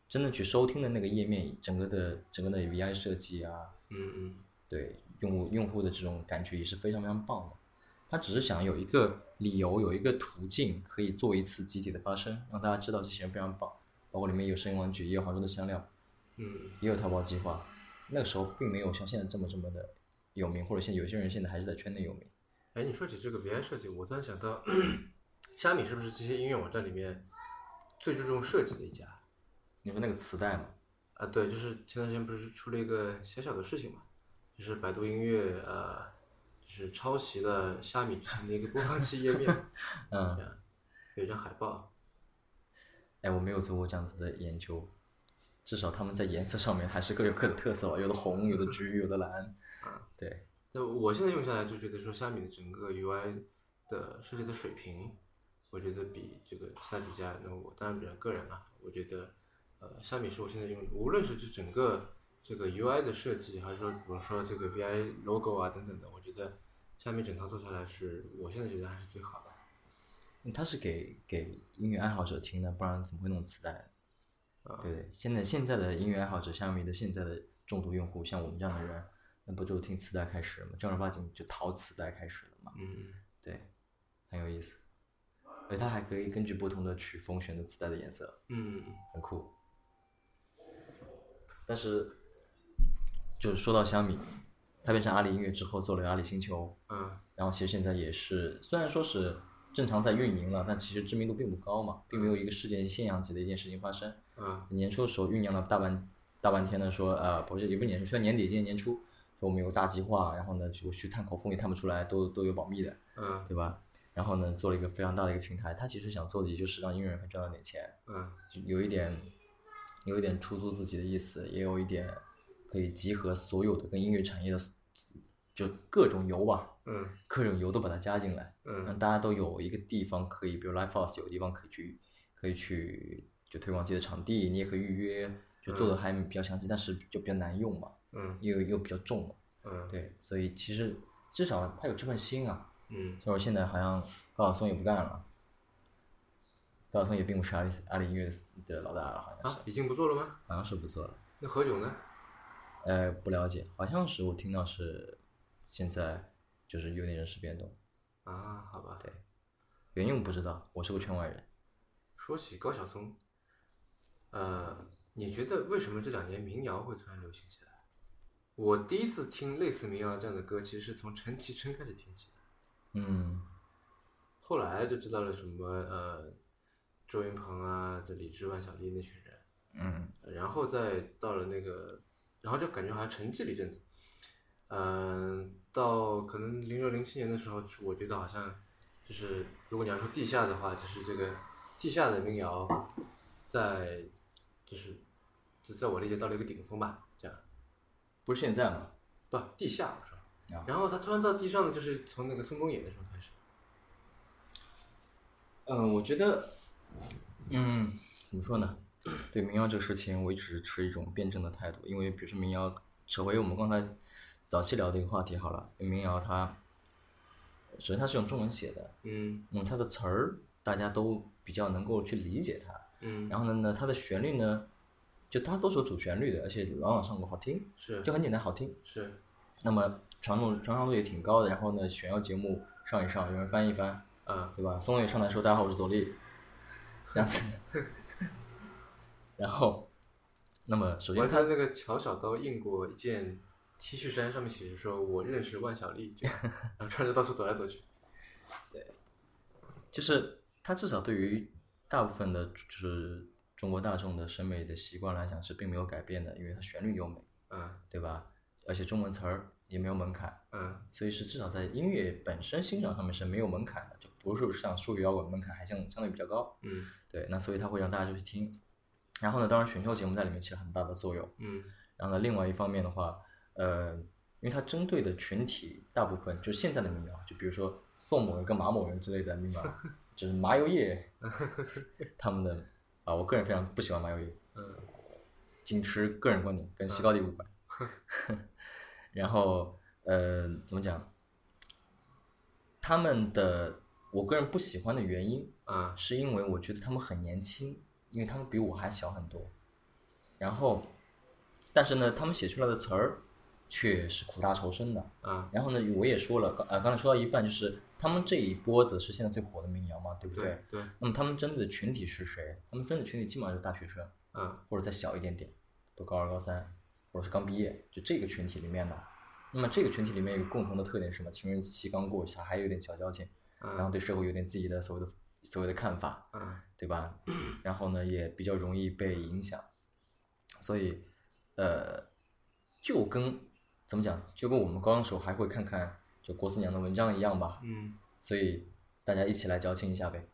Speaker 2: 真的去收听的那个页面，整个的整个的 VI 设计啊，
Speaker 1: 嗯
Speaker 2: 对用户用户的这种感觉也是非常非常棒的。他只是想有一个理由，有一个途径可以做一次集体的发声，让大家知道这些人非常棒。包括里面有声音玩具，也有杭州的香料，
Speaker 1: 嗯
Speaker 2: 也有淘宝计划。那个时候并没有像现在这么这么的有名，或者现在有些人现在还是在圈内有名。
Speaker 1: 哎，你说起这个 VI 设计，我突然想到， 虾米是不是这些音乐网站里面最注重设计的一家？
Speaker 2: 你说那个磁带嘛，
Speaker 1: 啊，对，就是前段时间不是出了一个小小的事情嘛，就是百度音乐呃，就是抄袭了虾米之前的一个播放器页面，
Speaker 2: 嗯，
Speaker 1: 有一张海报。
Speaker 2: 哎，我没有做过这样子的研究，至少他们在颜色上面还是各有各的特色吧，有的红，有的橘，有的蓝。对，
Speaker 1: 那我现在用下来就觉得说，虾米的整个 UI 的的设计的水平，我觉得比这个其他几家，那我当然比较个人啊，我觉得呃，虾米是我现在用，无论是这整个这个 UI 的设计，还是说比如说这个 VI logo 啊等等的，我觉得虾米整套做下来是我现在觉得还是最好的。
Speaker 2: 嗯它是给给音乐爱好者听的，不然怎么会弄磁带？对不对，现在现在的音乐爱好者，像你的现在的重度用户，像我们这样的人，那不就听磁带开始了吗？正儿八经就淘磁带开始了嘛。
Speaker 1: 嗯，
Speaker 2: 对，很有意思。而它还可以根据不同的曲风选择磁带的颜色，
Speaker 1: 嗯，
Speaker 2: 很酷。但是，就是说到虾米，它变成阿里音乐之后，做了阿里星球，
Speaker 1: 嗯，
Speaker 2: 然后其实现在也是，虽然说是正常在运营了，但其实知名度并不高嘛，并没有一个事件现象级的一件事情发生。
Speaker 1: 嗯，
Speaker 2: 年初的时候酝酿了大半大半天的说，呃，不是也不是年初，虽然年底今年年初说我们有大计划，然后呢我去探口风也探不出来，都都有保密的，
Speaker 1: 嗯，
Speaker 2: 对吧？然后呢做了一个非常大的一个平台，他其实想做的也就是让音乐人可以赚到点钱，
Speaker 1: 嗯，
Speaker 2: 就有一点有一点出租自己的意思，也有一点可以集合所有的跟音乐产业的就各种油吧，
Speaker 1: 嗯，
Speaker 2: 各种油都把它加进来，让
Speaker 1: 嗯，
Speaker 2: 大家都有一个地方可以，比如 live house 有地方可以去，可以去就推广自己的场地，你也可以预约，就做的还比较详细，但是就比较难用嘛，
Speaker 1: 嗯，
Speaker 2: 又又比较重嘛，
Speaker 1: 嗯，
Speaker 2: 对，所以其实至少他有这份心啊，
Speaker 1: 嗯，
Speaker 2: 所以我现在好像高晓松也不干了，高晓松也并不是阿里阿里音乐的老大了，好像是，
Speaker 1: 啊，已经不做了吗？
Speaker 2: 好像是不做了，
Speaker 1: 那何炅呢？
Speaker 2: 呃，不了解，好像是我听到是现在就是有点人事变动，
Speaker 1: 啊，好吧。
Speaker 2: 原用不知道，我是个圈外人。
Speaker 1: 说起高晓松，呃，你觉得为什么这两年民谣会突然流行起来？我第一次听类似民谣这样的歌，其实是从陈绮贞开始听起的，
Speaker 2: 嗯
Speaker 1: 后来就知道了什么呃，周云鹏啊，这李志万、小弟那群人，
Speaker 2: 嗯
Speaker 1: 然后再到了那个，然后就感觉好像沉寂了一阵子，嗯、到可能零六零七年的时候，我觉得好像就是如果你要说地下的话，就是这个地下的民谣在就是就在我理解到了一个顶峰吧，这样，
Speaker 2: 不是现在吗？
Speaker 1: 不地下我说
Speaker 2: 啊，
Speaker 1: 然后他突然到地上呢，就是从那个宋冬野的时候开始，
Speaker 2: 嗯，我觉得，嗯，怎么说呢？对民谣这个事情，我一直持一种辩证的态度，因为比如说民谣，扯回我们刚才早期聊的一个话题好了，民谣它，首先它是用中文写的，
Speaker 1: 嗯
Speaker 2: 嗯，它的词儿大家都比较能够去理解它，
Speaker 1: 嗯，
Speaker 2: 然后呢呢，它的旋律呢，就它都是有主旋律的，而且朗朗上口，好听，
Speaker 1: 是
Speaker 2: 就很简单好听。
Speaker 1: 是
Speaker 2: 那么传统传唱度也挺高的，然后呢，选摇节目上一上，有人翻一翻，
Speaker 1: 啊
Speaker 2: 对吧？宋冬野上台说：“大家好，我是左立。”这样子，然后，那么首
Speaker 1: 我还
Speaker 2: 先
Speaker 1: 记得
Speaker 2: 他
Speaker 1: 那个乔小刀印过一件 T 恤衫，上面写着说“我认识万晓利”， 这样然后穿着到处走来走去。
Speaker 2: 就是他至少对于大部分的，就是中国大众的审美的习惯来讲是并没有改变的，因为它旋律优美，
Speaker 1: 嗯
Speaker 2: 对吧？而且中文词儿也没有门槛，
Speaker 1: 嗯
Speaker 2: 所以是至少在音乐本身欣赏上面是没有门槛的，就不是像数学摇滚门槛还相相对比较高。
Speaker 1: 嗯
Speaker 2: 对，那所以他会让大家就去听。然后呢，当然选秀节目在里面起了很大的作用。
Speaker 1: 嗯
Speaker 2: 然后呢，另外一方面的话，呃，因为它针对的群体大部分就是现在的民谣，就比如说宋某人跟马某人之类的民谣，就是麻油叶他们的啊，我个人非常不喜欢麻油叶，
Speaker 1: 嗯
Speaker 2: 仅持个人观点，跟西高地无关。 然后呃，怎么讲？他们的我个人不喜欢的原因，
Speaker 1: 啊
Speaker 2: 是因为我觉得他们很年轻，因为他们比我还小很多。然后，但是呢，他们写出来的词儿却是苦大仇深的。
Speaker 1: 啊
Speaker 2: 然后呢，我也说了，刚呃刚才说到一半，就是他们这一波子是现在最火的民谣嘛，对不
Speaker 1: 对对
Speaker 2: 那么他们针对的群体是谁？他们针对的群体基本上就是大学生，
Speaker 1: 嗯
Speaker 2: 或者再小一点点，都高二、高三，或者是刚毕业，就这个群体里面的。那么这个群体里面有共同的特点是什么？青春期刚过，小孩有点小矫情，然后
Speaker 1: 嗯
Speaker 2: 对社会有点自己的所谓的所谓的看法。
Speaker 1: 嗯
Speaker 2: 对吧？然后呢，也比较容易被影响，所以，呃，就跟怎么讲，就跟我们高中时候还会看看就郭思娘的文章一样吧。
Speaker 1: 嗯
Speaker 2: 所以大家一起来矫情一下呗。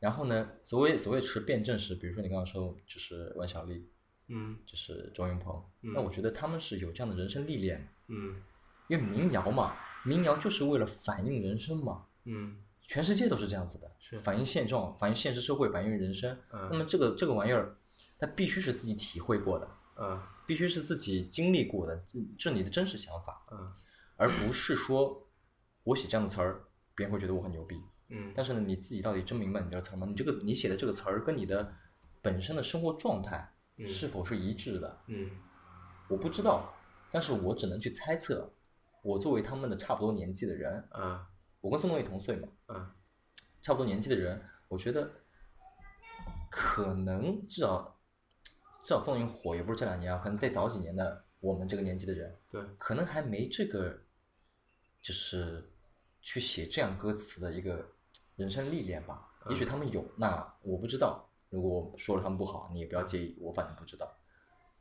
Speaker 2: 然后呢，所谓所谓持辩证时，比如说你刚刚说就是万晓利，
Speaker 1: 嗯
Speaker 2: 就是周云鹏，
Speaker 1: 嗯
Speaker 2: 那我觉得他们是有这样的人生历练，
Speaker 1: 嗯
Speaker 2: 因为民谣嘛，民谣就是为了反映人生嘛。
Speaker 1: 嗯
Speaker 2: 全世界都是这样子的，
Speaker 1: 是
Speaker 2: 反映现状，反映现实社会，反映人生。
Speaker 1: 嗯
Speaker 2: 那么这个这个玩意儿，它必须是自己体会过的，
Speaker 1: 嗯
Speaker 2: 必须是自己经历过的，这这是你的真实想法，
Speaker 1: 嗯
Speaker 2: 而不是说我写这样的词儿，别人会觉得我很牛逼。
Speaker 1: 嗯
Speaker 2: 但是呢，你自己到底真明白你这个词儿吗？你这个你写的这个词儿跟你的本身的生活状态
Speaker 1: 嗯
Speaker 2: 是否是一致的？
Speaker 1: 嗯
Speaker 2: 我不知道，但是我只能去猜测。我作为他们的差不多年纪的人，
Speaker 1: 嗯
Speaker 2: 我跟宋冬野同岁嘛，
Speaker 1: 嗯
Speaker 2: 差不多年纪的人，我觉得可能至少至少宋冬野火也不是这两年啊，可能再早几年的我们这个年纪的人，
Speaker 1: 对，
Speaker 2: 可能还没这个，就是去写这样歌词的一个人生历练吧。也许他们有，那我不知道。如果我说了他们不好，你也不要介意，我反正不知道，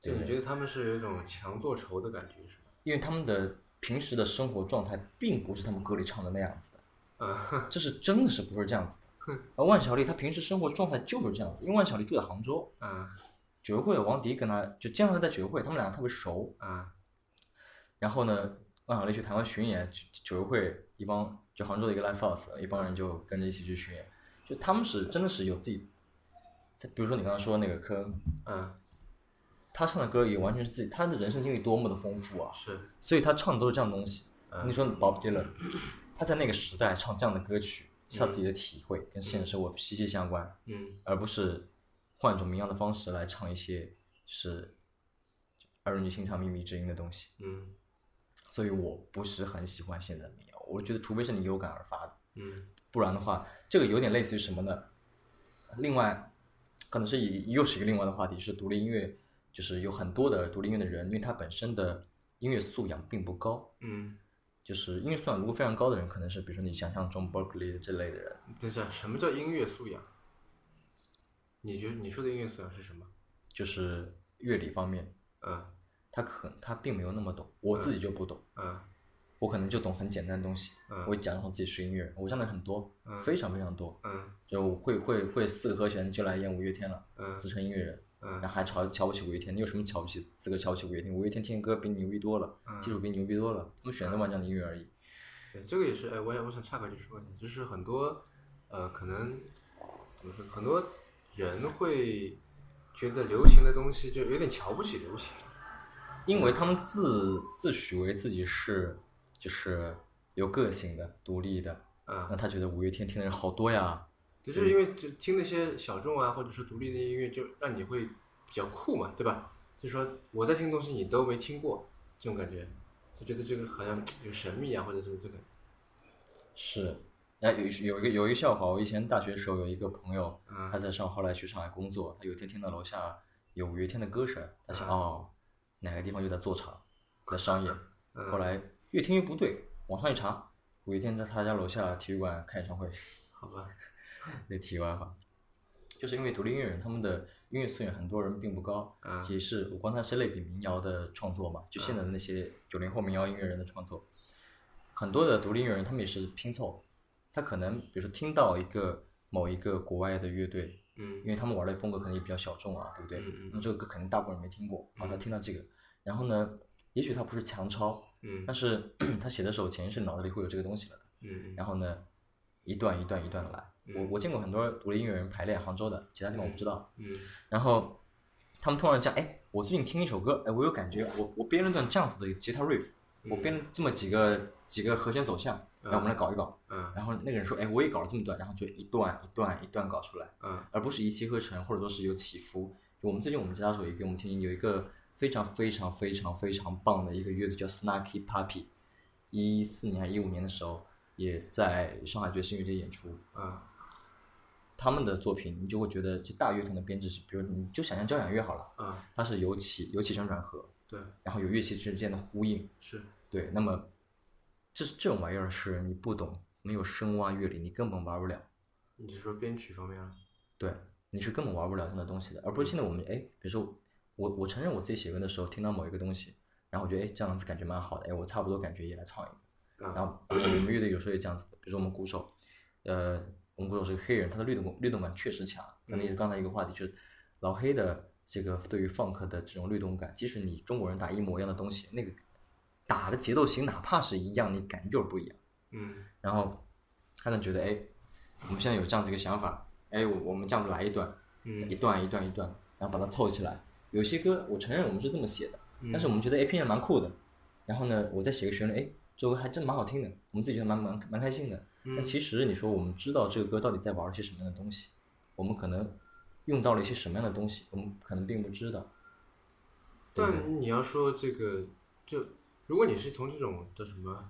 Speaker 1: 就你觉得他们是有一种强做愁的感觉是吗？
Speaker 2: 因为他们的平时的生活状态并不是他们歌里唱的那样子的，
Speaker 1: 嗯
Speaker 2: 这是真的是不是这样子的。而万晓利他平时生活状态就是这样子，因为万晓利住在杭州，
Speaker 1: 嗯
Speaker 2: 九月会王迪跟他就经常在九月会，他们两个特别熟，
Speaker 1: 嗯
Speaker 2: 然后呢，万晓利去台湾巡演，九九友会一帮就杭州的一个 live house，一帮人就跟着一起去巡演，就他们是真的是有自己，他比如说你刚刚说那个科恩，
Speaker 1: 嗯
Speaker 2: 他唱的歌也完全是自己，他的人生经历多么的丰富啊，
Speaker 1: 是
Speaker 2: 所以他唱的都是这样的东西。你说 Bob Dylan，他在那个时代唱这样的歌曲是他自己的体会，跟现实生活息息相关，
Speaker 1: 嗯
Speaker 2: 而不是换一种民谣的方式来唱一些就是儿女情长、秘密之音的东西。
Speaker 1: 嗯
Speaker 2: 所以我不是很喜欢现在的民谣。我觉得除非是你有感而发的，
Speaker 1: 嗯
Speaker 2: 不然的话，这个有点类似于什么呢？另外，可能是以又是一个另外的话题，就是独立音乐，就是有很多的独立音乐的人，因为他本身的音乐素养并不高，
Speaker 1: 嗯，
Speaker 2: 就是音乐素养如果非常高的人，可能是比如说你想象中 Berkeley 这类的人，
Speaker 1: 等一下，什么叫音乐素养？你觉得你说的音乐素养是什么？
Speaker 2: 就是乐理方面，
Speaker 1: 嗯
Speaker 2: 他可他并没有那么懂，我自己就不懂。
Speaker 1: 嗯
Speaker 2: 我可能就懂很简单的东西，
Speaker 1: 嗯
Speaker 2: 我假装自己是音乐人，我这样的很多，
Speaker 1: 嗯
Speaker 2: 非常非常多，
Speaker 1: 嗯
Speaker 2: 就会会会四个和弦就来演五月天了，
Speaker 1: 嗯
Speaker 2: 自称音乐人，然后
Speaker 1: 嗯
Speaker 2: 还瞧瞧不起五月天，你有什么瞧不起资格瞧不起五月天？五月天听歌比你牛逼多了，
Speaker 1: 嗯
Speaker 2: 技术比你牛逼多了，他们选择玩这样的音乐而已。
Speaker 1: 对，这个也是，哎，我也我想岔开去说一下，就是很多，呃，可能怎么说，很多人会觉得流行的东西就有点瞧不起流行，
Speaker 2: 因为他们自自诩为自己是就是有个性的、独立的，那
Speaker 1: 嗯，
Speaker 2: 他觉得五月天听的人好多呀，
Speaker 1: 就是因为就听那些小众啊，或者是独立的音乐，就让你会比较酷嘛，对吧？就说我在听的东西你都没听过，这种感觉，就觉得这个好像有神秘啊，或者是这个，
Speaker 2: 是，哎，有一有一个有一个笑话，我以前大学时候有一个朋友，
Speaker 1: 嗯
Speaker 2: 他在上后来去上海工作，他有一天听到楼下有五月天的歌声，他
Speaker 1: 嗯
Speaker 2: 想、哦，哪个地方又在做场，在商演，
Speaker 1: 嗯
Speaker 2: 后来越听越不对，网上一查，五月天在他家楼下体育馆开演唱会，
Speaker 1: 好吧，
Speaker 2: 那题外话，就是因为独立音乐人他们的音乐素养很多人并不高，
Speaker 1: 嗯
Speaker 2: 也是我刚才是类比民谣的创作嘛，
Speaker 1: 啊
Speaker 2: 就现在的那些九零后民谣音乐人的创作，很多的独立音乐人他们也是拼凑，他可能比如说听到一个某一个国外的乐队，
Speaker 1: 嗯
Speaker 2: 因为他们玩的风格可能也比较小众啊，对不对？
Speaker 1: 嗯嗯
Speaker 2: 那这个歌可能大部分人没听过，啊，他听到这个，然后呢，也许他不是强抄，
Speaker 1: 嗯
Speaker 2: 但是 他写的时候潜意识脑子里会有这个东西了的。
Speaker 1: 嗯嗯
Speaker 2: 然后呢，一段一段一段的来。我
Speaker 1: 嗯
Speaker 2: 我见过很多独立音乐人排练杭州的，其他地方我不知道。
Speaker 1: 嗯
Speaker 2: 然后他们突然讲，哎，我最近听一首歌，哎，我有感觉，我我编了段这样子的吉他 riff，我编了这么几个几个和弦走向，然后我们来搞一搞。
Speaker 1: 嗯
Speaker 2: 然后那个人说，哎，我也搞了这么段，然后就一段一段一段搞出来，
Speaker 1: 嗯
Speaker 2: 而不是一气呵成，或者说是有起伏。我们最近我们吉他手也给我们听有一个非常非常非常非常棒的一个乐队叫 Snarky Puppy，一四年还一五年的时候也在上海爵士音乐节演出，
Speaker 1: 嗯
Speaker 2: 他们的作品你就会觉得这大乐团的编制是，比如你就想象交响乐好了，
Speaker 1: 嗯，
Speaker 2: 它是有起有起承转合，
Speaker 1: 对，
Speaker 2: 然后有乐器之间的呼应，
Speaker 1: 是，
Speaker 2: 对，那么这这种玩意儿是你不懂，没有深挖乐理，你根本玩不了。
Speaker 1: 你是说编曲方面啊？
Speaker 2: 对，你是根本玩不了这样的东西的，而不是现在我们哎，比如说我我承认我自己写歌的时候听到某一个东西，然后我觉得哎这样子感觉蛮好的，哎我差不多感觉也来唱一个，
Speaker 1: 嗯
Speaker 2: 然后呃我们乐队有时候也这样子的，比如说我们鼓手，呃我们鼓手是个黑人，他的律动律动感确实强，可能也是刚才一个话题，就是老黑的这个对于 funk 的这种律动感，即使你中国人打一模一样的东西，那个打的节奏型哪怕是一样，你感觉就是不一样。
Speaker 1: 嗯
Speaker 2: 然后他能觉得，哎，我们现在有这样子一个想法，哎，我我们这样子来一段，
Speaker 1: 嗯
Speaker 2: 一段一段一段，然后把它凑起来。有些歌我承认我们是这么写的，
Speaker 1: 嗯
Speaker 2: 但是我们觉得 A 片蛮酷的，然后呢，我再写个旋律，哎，这首歌还真蛮好听的，我们自己觉得蛮蛮蛮开心的。
Speaker 1: 嗯
Speaker 2: 但其实你说我们知道这个歌到底在玩些什么样的东西，我们可能用到了一些什么样的东西，我们可能并不知道。
Speaker 1: 但你要说这个，就如果你是从这种叫什么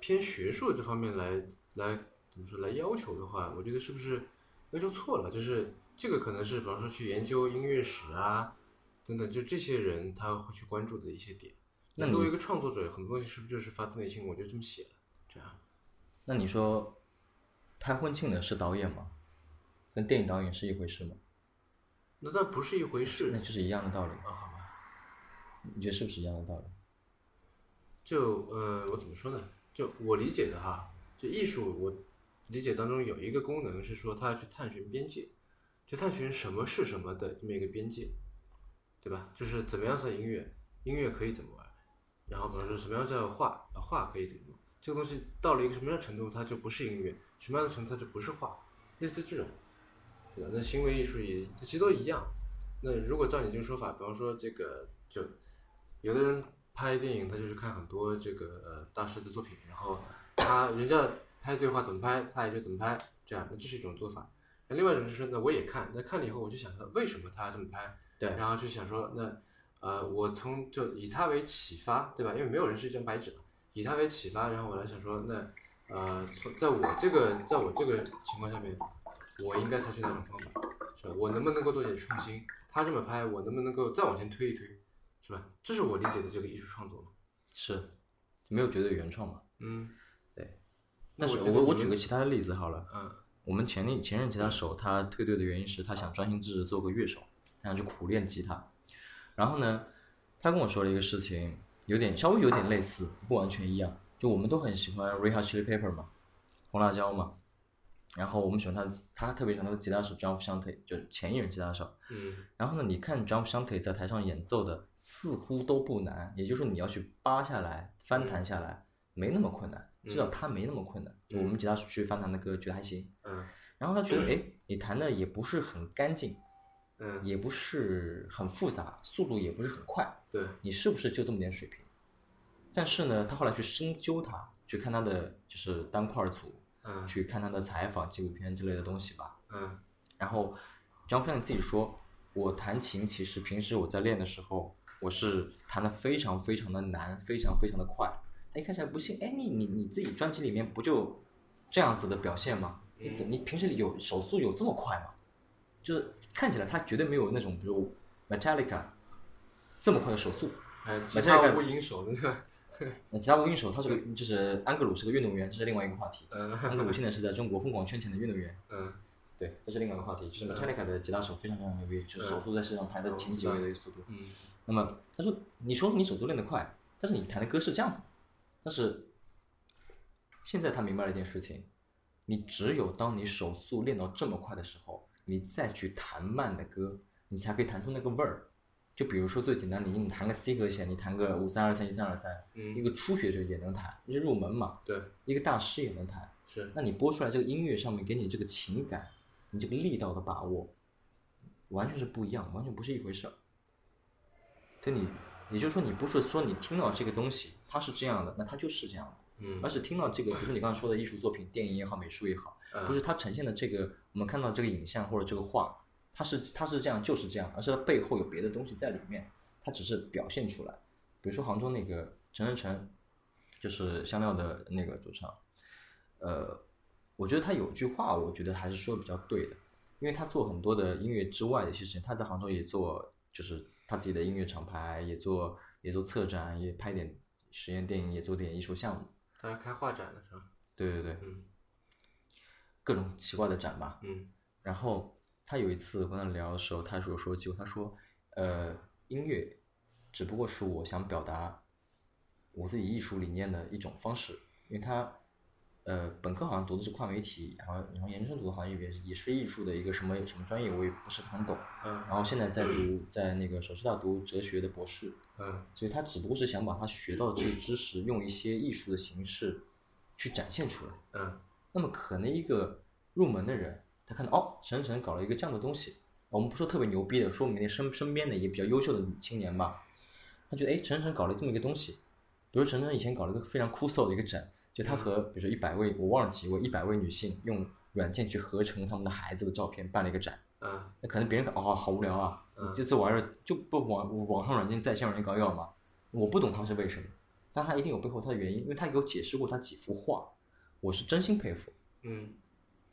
Speaker 1: 偏学术这方面来来怎么说来要求的话，我觉得是不是要求错了？就是这个可能是比方说去研究音乐史啊等等，就这些人他会去关注的一些点。那
Speaker 2: 那你
Speaker 1: 作为一个创作者，很多东西是不是就是发自内心，我就这么写了，这样？
Speaker 2: 那你说，拍婚庆的是导演吗？跟电影导演是一回事吗？
Speaker 1: 那那不是一回事
Speaker 2: 那就是一样的道理，
Speaker 1: 啊，好吧？
Speaker 2: 你觉得是不是一样的道理？
Speaker 1: 就呃，我怎么说呢？就我理解的哈，就艺术，我理解当中有一个功能是说，它要去探寻边界，就探寻什么是什么的这么一个边界，对吧？就是怎么样算音乐，音乐可以怎么玩，然后比方说什么样叫画，啊画可以怎么弄，这个东西到了一个什么样的程度，它就不是音乐；什么样的程度它就不是画，类似这种，对吧？那行为艺术也其实都一样。那如果照你这个说法，比方说这个就有的人拍电影，他就是看很多这个呃大师的作品，然后他人家拍对话怎么拍，他也就怎么拍，这样那这是一种做法。那另外一种就是说，那我也看，那看了以后我就想说为什么他这么拍，
Speaker 2: 对
Speaker 1: 然后就想说那呃我从就以他为启发，对吧？因为没有人是一张白纸嘛，以他为启发，然后我来想说那呃从在我这个在我这个情况下面，我应该采取哪种方法，是吧？我能不能够做点创新？他这么拍，我能不能够再往前推一推？是吧？这是我理解的这个艺术创作嘛。
Speaker 2: 是，没有绝对原创嘛。
Speaker 1: 嗯，
Speaker 2: 对。
Speaker 1: 那
Speaker 2: 但是
Speaker 1: 我
Speaker 2: 我
Speaker 1: 觉得
Speaker 2: 我
Speaker 1: 你们
Speaker 2: 举个其他的例子好了，
Speaker 1: 嗯
Speaker 2: 我们前任前任吉他手他退队的原因是他想专心致志做个乐手，他想去苦练吉他。然后呢，他跟我说了一个事情，有点稍微有点类似，不完全一样。就我们都很喜欢 Red Hot Chili Pepper 嘛，红辣椒嘛。然后我们喜欢他的，他特别喜欢他的吉他手 John Frusciante，就是前一任吉他手。
Speaker 1: 嗯
Speaker 2: 然后呢，你看 John Frusciante 在台上演奏的似乎都不难，也就是说你要去扒下来、翻弹下来，没那么困难，至少他没那么困难。就我们吉他手去翻弹的歌，觉得还行。
Speaker 1: 嗯
Speaker 2: 然后他觉得，哎，你弹的也不是很干净，
Speaker 1: 嗯，
Speaker 2: 也不是很复杂，速度也不是很快，
Speaker 1: 对，
Speaker 2: 你是不是就这么点水平？但是呢，他后来去深究他，去看他的就是单块组，
Speaker 1: 嗯
Speaker 2: 去看他的采访、纪录片之类的东西吧。
Speaker 1: 嗯
Speaker 2: 然后张飞自己说，我弹琴其实平时我在练的时候，我是弹的非常非常的难，非常非常的快。他一开始还不信，哎，你你你自己专辑里面不就这样子的表现吗？你怎你平时有手速有这么快吗？就是看起来他绝对没有那种比如 Metallica 这么快的手速。
Speaker 1: 哎，吉
Speaker 2: 这
Speaker 1: 他
Speaker 2: 个
Speaker 1: 无影手那个，
Speaker 2: 那吉他无影手，他是个就是安格鲁是个运动员，这是另外一个话题。
Speaker 1: 嗯
Speaker 2: 安格鲁现在是在中国疯狂圈钱的运动员，
Speaker 1: 嗯
Speaker 2: 对，这是另外一个话题，就是 Metallica 的吉他手非常非常牛逼，就是手速在世上排在前几位的一个速度。
Speaker 1: 嗯
Speaker 2: 那么他说，你说你手速练得快，但是你弹的歌是这样子的，但是现在他明白了一件事情，你只有当你手速练到这么快的时候，你再去弹慢的歌，你才可以弹出那个味儿。就比如说最简单，你你弹个 C 和弦，你弹个五三二三一三二三，
Speaker 1: 嗯
Speaker 2: 一个初学者也能弹，一个入门嘛，
Speaker 1: 对，
Speaker 2: 一个大师也能弹，
Speaker 1: 是，
Speaker 2: 那你播出来这个音乐上面给你这个情感，你这个力道的把握，完全是不一样，完全不是一回事儿。对你，也就是说，你不是说你听到这个东西它是这样的，那它就是这样的，
Speaker 1: 嗯
Speaker 2: 而是听到这个，比如说你刚才说的艺术作品，电影也好，美术也好，不是它呈现的这个，我们看到这个影像或者这个画，它是它是这样就是这样，而是它背后有别的东西在里面，它只是表现出来。比如说杭州那个陈晨晨，就是香料的那个主唱，呃，我觉得他有句话，我觉得还是说得比较对的，因为他做很多的音乐之外的一些事情，他在杭州也做，就是他自己的音乐厂牌，也做也做策展，也拍点实验电影，也做点艺术项目。
Speaker 1: 大家开画展的是吧？
Speaker 2: 对对对，
Speaker 1: 嗯
Speaker 2: 各种奇怪的展吧。
Speaker 1: 嗯
Speaker 2: 然后他有一次跟他聊的时候，他有说起过，他说，呃，音乐只不过是我想表达我自己艺术理念的一种方式，因为他，呃，本科好像读的是跨媒体，然后然后研究生读的好像也也是艺术的一个什么什么专业，我也不是很懂。
Speaker 1: 嗯
Speaker 2: 然后现在在读在那个首师大读哲学的博士，
Speaker 1: 嗯
Speaker 2: 所以他只不过是想把他学到的这些知识用一些艺术的形式去展现出来。
Speaker 1: 嗯
Speaker 2: 那么可能一个入门的人，他看到哦，沈沈搞了一个这样的东西，我们不说特别牛逼的，说我们那身身边的也比较优秀的青年吧，他觉得哎，沈沈搞了这么一个东西，比如沈沈以前搞了一个非常酷搜的一个展，就他和比如说一百位我忘了几位一百位女性用软件去合成他们的孩子的照片办了一个展，
Speaker 1: 嗯
Speaker 2: 那可能别人看哦好无聊啊，
Speaker 1: 嗯
Speaker 2: 这这玩意儿就不网网上软件在线软件搞一搞嘛，我不懂他是为什么，但他一定有背后他的原因，因为他有解释过他几幅画，我是真心佩服。
Speaker 1: 嗯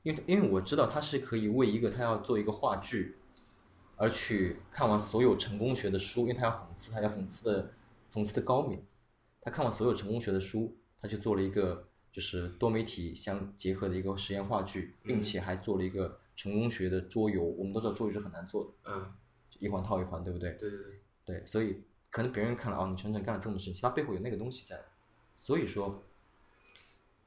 Speaker 2: 因为因为我知道他是可以为一个他要做一个话剧，而去看完所有成功学的书，因为他要讽刺，他要讽刺的讽刺的高明。他看完所有成功学的书，他去做了一个就是多媒体相结合的一个实验话剧，并且还做了一个成功学的桌游。我们都知道桌游是很难做的，
Speaker 1: 嗯，
Speaker 2: 一环套一环，对不对？
Speaker 1: 对对对，
Speaker 2: 对，所以可能别人看了哦，你陈晨干了这么事情，他背后有那个东西在，所以说，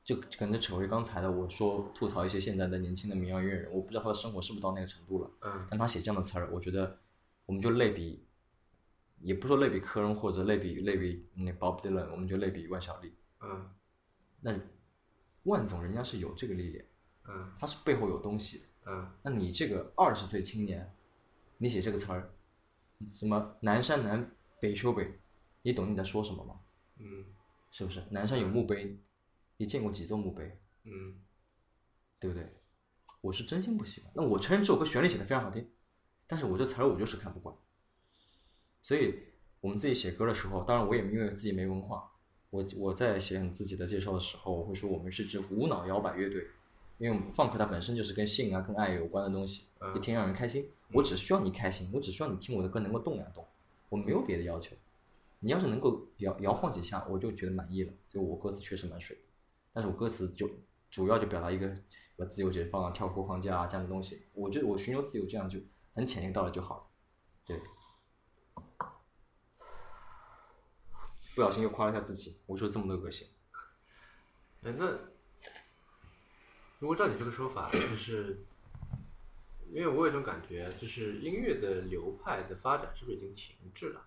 Speaker 2: 就可能扯回刚才的，我说吐槽一些现在的年轻的民谣音乐人，我不知道他的生活是不是到那个程度了，
Speaker 1: 嗯
Speaker 2: 但他写这样的词儿，我觉得我们就类比，也不说类比科恩或者类比类比那 Bob Dylan，我们就类比万晓利，
Speaker 1: 嗯
Speaker 2: 那万总人家是有这个历练，
Speaker 1: 嗯
Speaker 2: 他是背后有东西的，
Speaker 1: 嗯
Speaker 2: 那你这个二十岁青年，你写这个词儿，什么南山南北秋北，你懂你在说什么吗？
Speaker 1: 嗯
Speaker 2: 是不是？南山有墓碑，你见过几座墓碑，
Speaker 1: 嗯
Speaker 2: 对不对？我是真心不喜欢。那我承认这首歌旋律写的非常好听，但是我这词儿我就是看不惯。所以我们自己写歌的时候，当然我也因为自己没文化，我我在写自己的介绍的时候，我会说我们是支无脑摇摆乐队，因为我们放克它本身就是跟性啊、跟爱有关的东西，
Speaker 1: 嗯
Speaker 2: 一听让人开心。我只需要你开心，我只需要你听我的歌能够动两动，我没有别的要求。你要是能够摇摇晃几下，我就觉得满意了。所以我歌词确实蛮水的，但是我歌词就主要就表达一个什么自由解放啊、跳脱框架啊这样的东西。我觉得我寻求自由这样就很浅一个道理就好了。对，不小心又夸了一下自己，我说这么多个性。
Speaker 1: 哎，那如果照你这个说法，就是因为我有一种感觉，就是音乐的流派的发展是不是已经停滞了？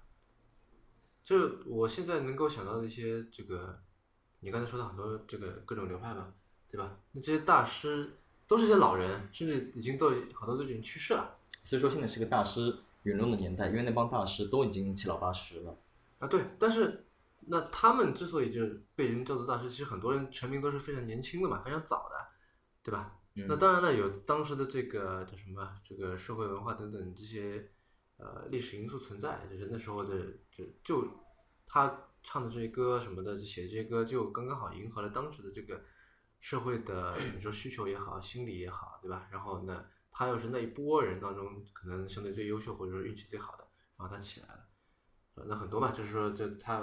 Speaker 1: 就我现在能够想到的一些这个，你刚才说的很多这个各种流派嘛，对吧？那这些大师都是些老人，甚至已经都好多都已经去世了
Speaker 2: 所以说现在是个大师陨落的年代，因为那帮大师都已经七老八十了。
Speaker 1: 啊。对，但是那他们之所以就是被人叫做大师，其实很多人成名都是非常年轻的嘛，非常早的，对吧？
Speaker 2: 嗯
Speaker 1: 那当然了，有当时的这个叫什么，这个社会文化等等这些呃历史因素存在，就是那时候的就就他唱的这些歌什么的，写的这些歌就刚刚好迎合了当时的这个社会的你说需求也好，心理也好，对吧？然后呢，他又是那一波人当中可能相对最优秀或者说运气最好的，然后他起来了，呃那很多嘛，就是说就他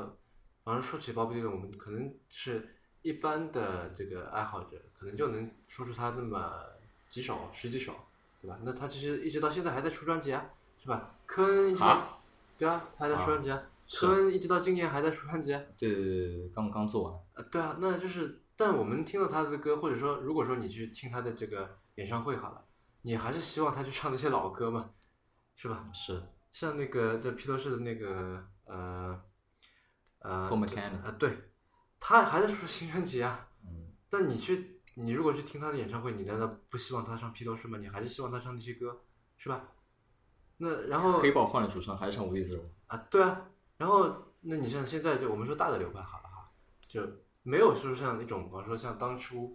Speaker 1: 反正说起鲍勃迪伦，我们可能是一般的这个爱好者，可能就能说出他那么几首、十几首，对吧？那他其实一直到现在还在出专辑啊，是吧？科恩一直到
Speaker 2: 啊
Speaker 1: 对啊，他还在出专辑啊。科恩一直到今年还在出专辑啊。
Speaker 2: 对对对对对，刚刚做完。
Speaker 1: 呃，对啊，那就是，但我们听到他的歌，或者说，如果说你去听他的这个演唱会好了，你还是希望他去唱那些老歌嘛，是吧？
Speaker 2: 是，
Speaker 1: 像那个在披头士的那个呃呃
Speaker 2: Paul
Speaker 1: 这
Speaker 2: McCartney
Speaker 1: 啊，对，他还在出新专辑啊。
Speaker 2: 嗯，
Speaker 1: 但你去，你如果去听他的演唱会，你难道不希望他唱披头士吗？你还是希望他唱那些歌，是吧？那然后
Speaker 2: 黑豹换了主唱，还是唱无地自容。
Speaker 1: 啊，对啊，然后那你像现在就我们说大的流派好了哈，就没有说像那种，比方说像当初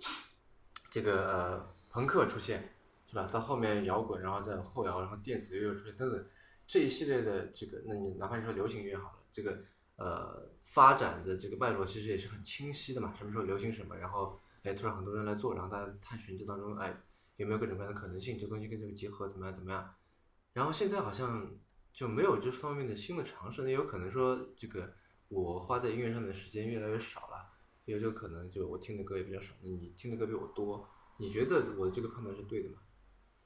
Speaker 1: 这个、呃、朋克出现，是吧？到后面摇滚，然后再后摇，然后电子乐又出现等等这一系列的这个，那你哪怕你说流行乐好了，这个呃发展的这个脉络其实也是很清晰的嘛，什么时候流行什么，然后哎突然很多人来做，然后大家探寻这当中哎有没有各种各样的可能性，这东西跟这个结合怎么样怎么样。然后现在好像就没有这方面的新的尝试，那也有可能说这个我花在音乐上面的时间越来越少了，也有这个可能就我听的歌也比较少，那你听的歌比我多，你觉得我的这个判断是对的吗？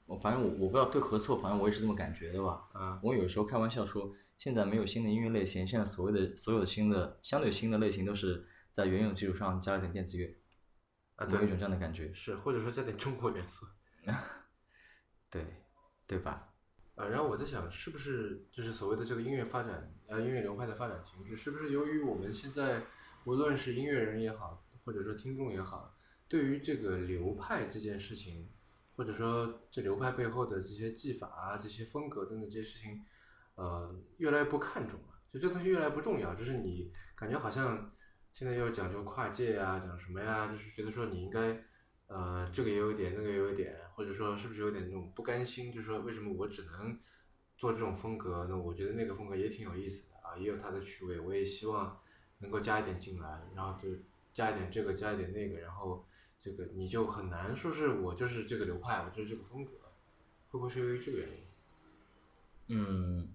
Speaker 2: 我哦反正我我不知道对和错，反正我也是这么感觉的吧。
Speaker 1: 啊，
Speaker 2: 我有时候开玩笑说，现在没有新的音乐类型，现在所谓的所有的新的相对新的类型都是在原有的基础上加一点电子乐，
Speaker 1: 啊
Speaker 2: 我有一
Speaker 1: 对，
Speaker 2: 种这样的感觉，
Speaker 1: 是或者说加点中国元素。
Speaker 2: 对对吧？
Speaker 1: 啊，然后我在想，是不是就是所谓的这个音乐发展，呃，音乐流派的发展停滞，是不是由于我们现在无论是音乐人也好，或者说听众也好，对于这个流派这件事情，或者说这流派背后的这些技法啊、这些风格等等这些事情，呃，越来越不看重了。就这东西越来越不重要，就是你感觉好像现在要讲究跨界啊，讲什么呀，就是觉得说你应该，呃，这个也有一点，那个也有一点，或者说是不是有点那种不甘心，就是说为什么我只能做这种风格？那我觉得那个风格也挺有意思的啊，也有它的趣味，我也希望能够加一点进来，然后就加一点这个，加一点那个，然后这个你就很难说是我就是这个流派，我就是这个风格，会不会是由于这个原因？
Speaker 2: 嗯，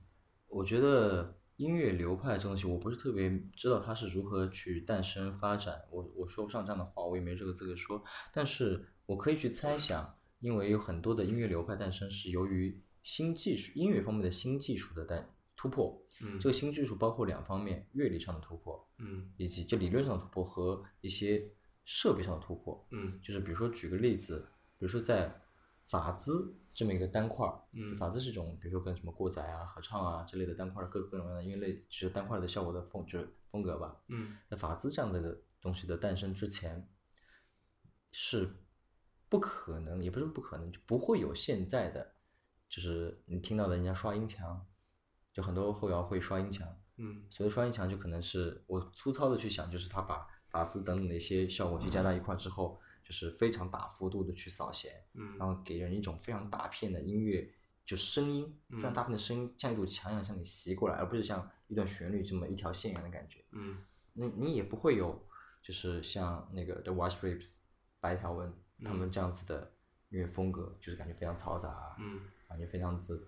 Speaker 2: 我觉得音乐流派这东西，我不是特别知道它是如何去诞生发展，我我说不上这样的话，我也没这个资格说。但是我可以去猜想，因为有很多的音乐流派诞生是由于新技术，音乐方面的新技术的诞突破。
Speaker 1: 嗯
Speaker 2: 这个新技术包括两方面，乐理上的突破，
Speaker 1: 嗯
Speaker 2: 以及就理论上的突破和一些设备上的突破。
Speaker 1: 嗯
Speaker 2: 就是比如说举个例子，比如说在法兹这么一个单块儿，
Speaker 1: 嗯
Speaker 2: 就法兹是一种比如说跟什么过载啊、合唱啊之类的单块儿各各种各样的音乐类，就是单块儿的效果的风就是风格吧。
Speaker 1: 嗯
Speaker 2: 那法兹这样的东西的诞生之前，是不可能，也不是不可能，就不会有现在的，就是你听到的人家刷音墙，就很多后摇会刷音墙，
Speaker 1: 嗯
Speaker 2: 所谓双音墙就可能是我粗糙的去想，就是他把法兹等等的一些效果去加到一块之后，就是非常大幅度的去扫弦，
Speaker 1: 嗯
Speaker 2: 然后给人一种非常大片的音乐，就声音非常大片的声音，像一堵墙一样向你袭过来，而不是像一段旋律这么一条线一样的感觉。
Speaker 1: 嗯
Speaker 2: 那你也不会有就是像那个 The White Stripes 白条纹他们这样子的音乐风格，就是感觉非常嘈杂啊，
Speaker 1: 嗯
Speaker 2: 感觉非常子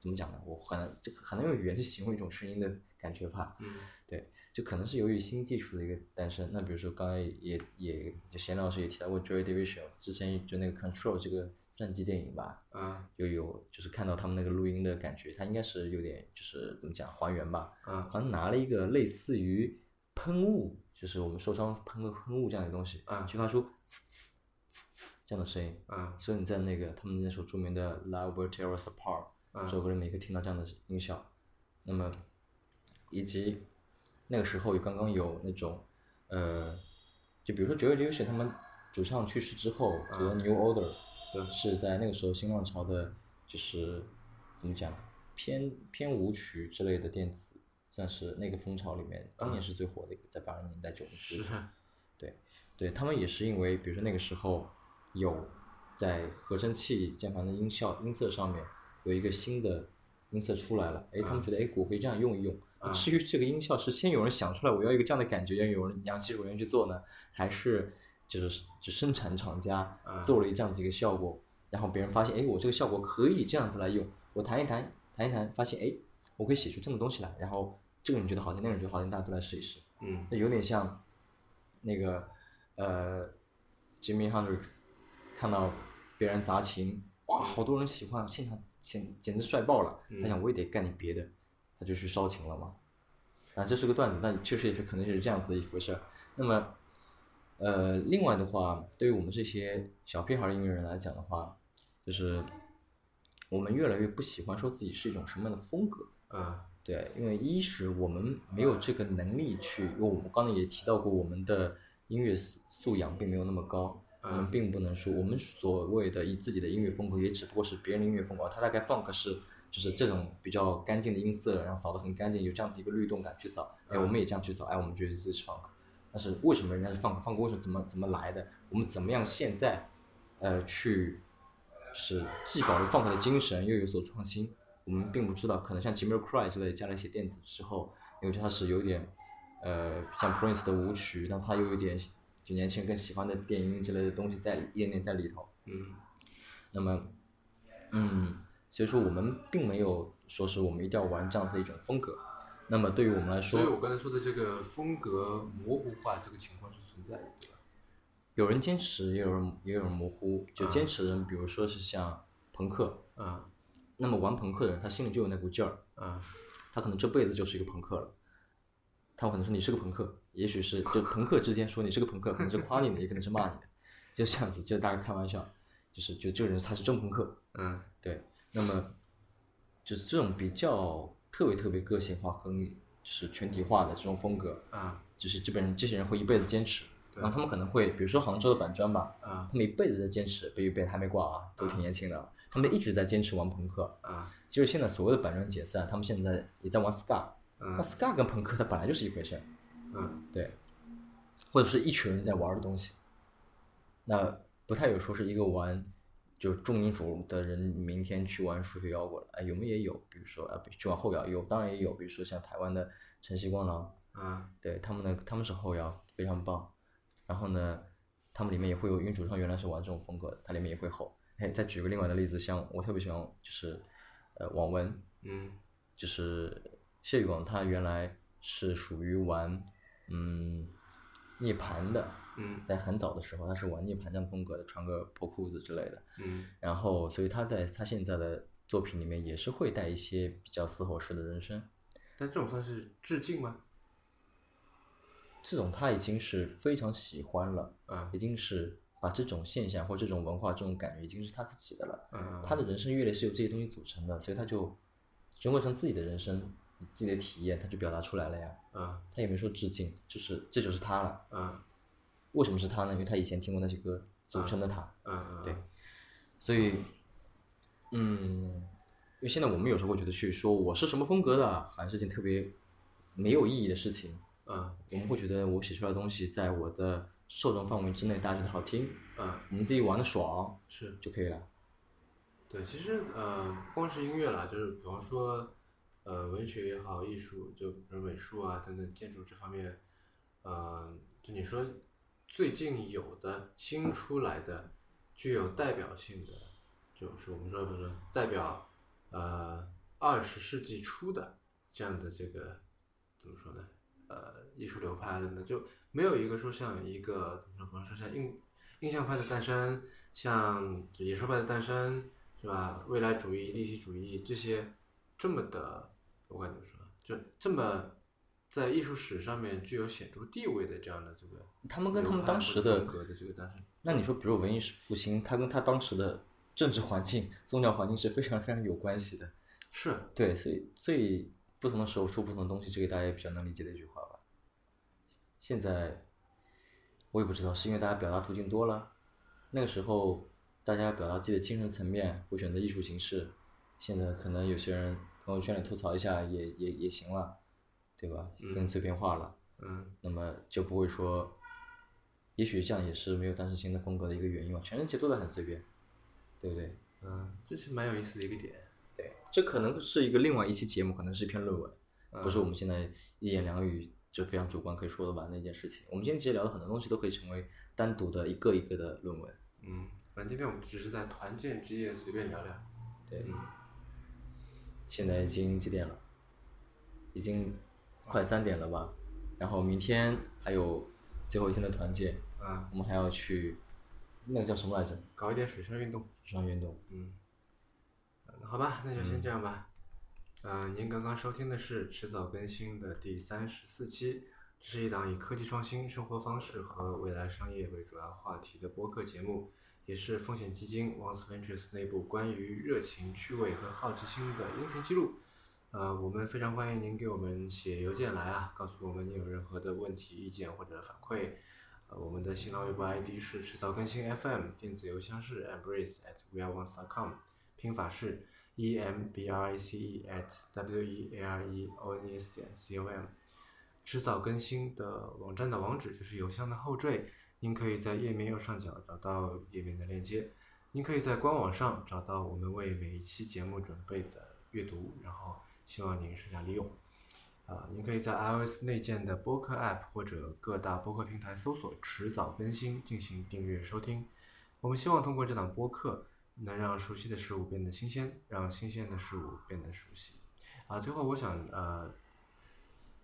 Speaker 2: 怎么讲呢？我很难这个很难用语言去形容一种声音的感觉吧。
Speaker 1: 嗯
Speaker 2: 对，就可能是由于新技术的一个诞生。那比如说刚才也也就贤老师也提到过 Joy Division，之前就那个 Control 这个战机电影吧，
Speaker 1: 啊
Speaker 2: 就有就是看到他们那个录音的感觉，它应该是有点就是怎么讲还原吧，
Speaker 1: 啊
Speaker 2: 好像拿了一个类似于喷雾，就是我们受伤喷个喷雾这样的东西，
Speaker 1: 嗯
Speaker 2: 去发出呲呲呲呲这样的声音。
Speaker 1: 啊
Speaker 2: 所以你在那个他们那首著名的《Love Will Tear Us Apart》
Speaker 1: 嗯
Speaker 2: 这首歌里面可以听到这样的音效，那么以及那个时候刚刚有那种呃，就比如说 Joy Division 他们主唱去世之后组的 New Order，、
Speaker 1: 嗯对
Speaker 2: 是在那个时候新浪潮的，就是怎么讲偏偏舞曲之类的电子，算是那个风潮里面当年是最火的一个，在八十年代九
Speaker 1: 嗯
Speaker 2: 十
Speaker 1: 是
Speaker 2: 年代。对，对他们也是因为，比如说那个时候有在合成器键盘的音效音色上面有一个新的音色出来了，哎，他们觉得哎，我可以这样用一用。
Speaker 1: 啊
Speaker 2: 至于这个音效是先有人想出来，我要一个这样的感觉，要有人让技术人员去做呢，还是就是就生产厂家
Speaker 1: 啊
Speaker 2: 做了一这样子一个效果，然后别人发现，哎，我这个效果可以这样子来用，我弹一弹，弹一弹，发现哎，我可以写出这样的东西来，然后这个你觉得好听，那个你觉得好听，大家都来试一试。
Speaker 1: 嗯
Speaker 2: 那有点像那个呃，Jimmy Hendrix 看到别人砸琴，哇，好多人喜欢，现场简简直帅爆了。他想我也得干点别的，他就去烧琴了嘛。啊，这是个段子，但确实也是可能也是这样子的一回事儿。那么，呃，另外的话，对于我们这些小屁孩儿音乐人来讲的话，就是我们越来越不喜欢说自己是一种什么样的风格。
Speaker 1: 啊
Speaker 2: 对，因为一是我们没有这个能力去，因为我们刚才也提到过，我们的音乐素素养并没有那么高，我们并不能说我们所谓的以自己的音乐风格，也只不过是别人的音乐风格，它大概 funk 是就是这种比较干净的音色，然后扫得很干净，有这样子一个律动感去扫，哎，我们也这样去扫，哎，我们觉得自己是 funk，但是为什么人家是 funk funk 为什么怎么怎么来的？我们怎么样现在呃去就是既保留 funk 的精神，又有所创新？我们并不知道，可能像 Jimmy Cry 之类加了一些电子之后，因为它是有点呃像 Prince 的舞曲，但它又有点就年轻人更喜欢的电音之类的东西在一点点在里头。
Speaker 1: 嗯
Speaker 2: 那么，嗯，所以说我们并没有说是我们一定要玩这样子一种风格。那么对于我们来
Speaker 1: 所以
Speaker 2: 说，
Speaker 1: 我刚才说的这个风格模糊化这个情况是存在的，对吧？
Speaker 2: 有人坚持，也有人也有人模糊。就坚持的人，比如说是像朋克，
Speaker 1: 嗯
Speaker 2: 那么玩朋克的人，他心里就有那股劲儿，
Speaker 1: 嗯
Speaker 2: 他可能这辈子就是一个朋克了。他有可能说你是个朋克，也许是就朋克之间说你是个朋克，可能是夸你的，也可能是骂你的， 就这样子，就大家开玩笑，就是就这个人他是真朋克，
Speaker 1: 嗯
Speaker 2: 对，那么就是这种比较特别特别个性化和就是群体化的这种风格，
Speaker 1: 嗯
Speaker 2: 就是基本这些人会一辈子坚持。
Speaker 1: 对
Speaker 2: 然后他们可能会，比如说杭州的板砖吧，
Speaker 1: 啊
Speaker 2: 他们一辈子在坚持，不一辈子还没挂啊，都挺年轻的，他们一直在坚持玩朋克。
Speaker 1: 啊
Speaker 2: 其实现在所谓的板砖解散，他们现在也在玩 ska，那
Speaker 1: 嗯
Speaker 2: ska 跟朋克它本来就是一回事儿，
Speaker 1: 嗯
Speaker 2: 对，或者是一群人在玩的东西，那不太有说是一个玩就重金属的人，明天去玩数学摇滚了，哎，有没有也有，比如说啊，去玩后摇有，当然也有，比如说像台湾的晨曦光廊，
Speaker 1: 啊
Speaker 2: 对他们呢，他们是后摇，非常棒。然后呢，他们里面也会有，因为主唱原来是玩这种风格的，它里面也会吼。哎，再举个另外的例子，像我特别喜欢就是呃网文，
Speaker 1: 嗯
Speaker 2: 就是谢宇广，他原来是属于玩嗯涅槃的，
Speaker 1: 嗯
Speaker 2: 在很早的时候他是玩涅槃这样风格的，穿个破裤子之类的。
Speaker 1: 嗯
Speaker 2: 然后，所以他在他现在的作品里面也是会带一些比较嘶吼式的人声。
Speaker 1: 但这种算是致敬吗？
Speaker 2: 这种他已经是非常喜欢了，
Speaker 1: 啊
Speaker 2: 已经是把这种现象或这种文化这种感觉已经是他自己的了。
Speaker 1: 嗯
Speaker 2: 他的人生阅历是由这些东西组成的，所以他就整合成自己的人生、自己的体验，他就表达出来了呀。
Speaker 1: 啊
Speaker 2: 他也没说致敬，就是这就是他了。
Speaker 1: 啊
Speaker 2: 为什么是他呢？因为他以前听过那些歌组成的他。
Speaker 1: 啊
Speaker 2: 对所以，嗯，因为现在我们有时候会觉得去说我是什么风格的啊，好像是件特别没有意义的事情。
Speaker 1: 啊
Speaker 2: 我们会觉得我写出来的东西在我的受众范围之内，大家觉得好听，
Speaker 1: 啊
Speaker 2: 我们自己玩的爽
Speaker 1: 是。
Speaker 2: 就可以了。
Speaker 1: 对，其实呃，不光是音乐啦，就是比方说，呃，文学也好，艺术，就比如美术啊等等，建筑这方面，呃，就你说最近有的新出来的具有代表性的，就是我们说，比如说代表呃二十世纪初的这样的这个怎么说呢？呃，艺术流派等等，就没有一个说像一个怎么说，比方说像印印象派的诞生，像野兽派的诞生，是吧？未来主义、立体主义这些，这么的，我该怎么说？就这么在艺术史上面具有显著地位的这样的这个，
Speaker 2: 他们跟他们当时的
Speaker 1: 风格的这个诞生，
Speaker 2: 那你说，比如文艺复兴，它跟它当时的政治环境、宗教环境是非常非常有关系的。
Speaker 1: 是
Speaker 2: 对，所以所以不同的时候出不同的东西，这个大家也比较能理解的一句话吧。现在我也不知道，是因为大家表达途径多了，那个时候大家表达自己的精神层面会选择艺术形式，现在可能有些人朋友圈里吐槽一下也也也行了，对吧？更碎片化了，
Speaker 1: 嗯
Speaker 2: 那么就不会说，也许这样也是没有单纯新的风格的一个原因吧。全世界都在很随便，对不对？
Speaker 1: 嗯，这是蛮有意思的一个点，
Speaker 2: 对，这可能是一个另外一期节目，可能是一篇论文，
Speaker 1: 嗯
Speaker 2: 不是我们现在一言两语就非常主观可以说得完的一件事情。我们今天其实聊的很多东西都可以成为单独的一个一个的论文。
Speaker 1: 嗯，反正今天我们只是在团建之夜随便聊聊，
Speaker 2: 对，
Speaker 1: 嗯
Speaker 2: 现在已经几点了？已经快三点了吧？然后明天还有最后一天的团建，
Speaker 1: 啊，
Speaker 2: 我们还要去那个叫什么来着？
Speaker 1: 搞一点水上运动，
Speaker 2: 水上运动。
Speaker 1: 嗯，那好吧，那就先这样吧。嗯、您刚刚收听的是迟早更新的第三十四期，这是一档以科技创新、生活方式和未来商业为主要话题的播客节目，也是风险基金 Once Ventures 内部关于热情、趣味和好奇心的音频记录。呃，我们非常欢迎您给我们写邮件来啊，告诉我们你有任何的问题、意见或者反馈。呃，我们的新浪微博 ID 是迟早更新 FM，电子邮箱是 embrace at weareones.com，拼法是 e m b r a c e at w e a r e o n e s 点 c o m。迟早更新的网站的网址就是邮箱的后缀，您可以在页面右上角找到页面的链接。您可以在官网上找到我们为每一期节目准备的阅读，然后希望您善加利用。啊、您可以在 iOS 内建的播客 App 或者各大播客平台搜索“迟早更新”进行订阅收听。我们希望通过这档播客，能让熟悉的事物变得新鲜，让新鲜的事物变得熟悉。啊，最后我想呃，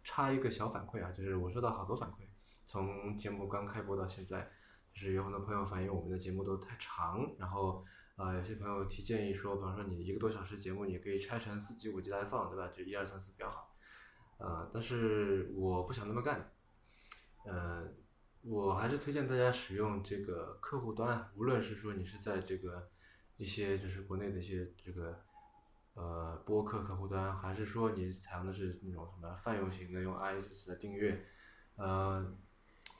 Speaker 1: 插一个小反馈啊，就是我收到好多反馈，从节目刚开播到现在，就是有很多朋友反映我们的节目都太长，然后呃，有些朋友提建议说，比方说你一个多小时节目，你可以拆成四集五集来放，对吧？就一二三四比较好。呃，但是我不想那么干，呃，我还是推荐大家使用这个客户端啊，无论是说你是在这个一些就是国内的一些这个呃播客客户端，还是说你采用的是那种什么泛用型的，用 RSS 的订阅，呃，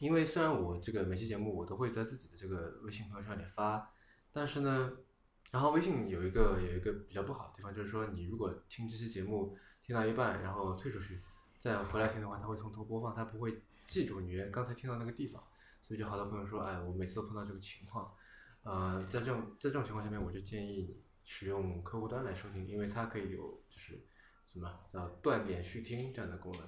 Speaker 1: 因为虽然我这个每期节目我都会在自己的这个微信朋友圈里发，但是呢，然后微信有一个有一个比较不好的地方，就是说你如果听这期节目听到一半，然后退出去再回来听的话，它会从头播放，它不会记住你刚才听到那个地方，所以就好多朋友说，哎，我每次都碰到这个情况，呃，在这种在这种情况下面，我就建议你使用客户端来收听，因为它可以有就是什么叫断点续听这样的功能。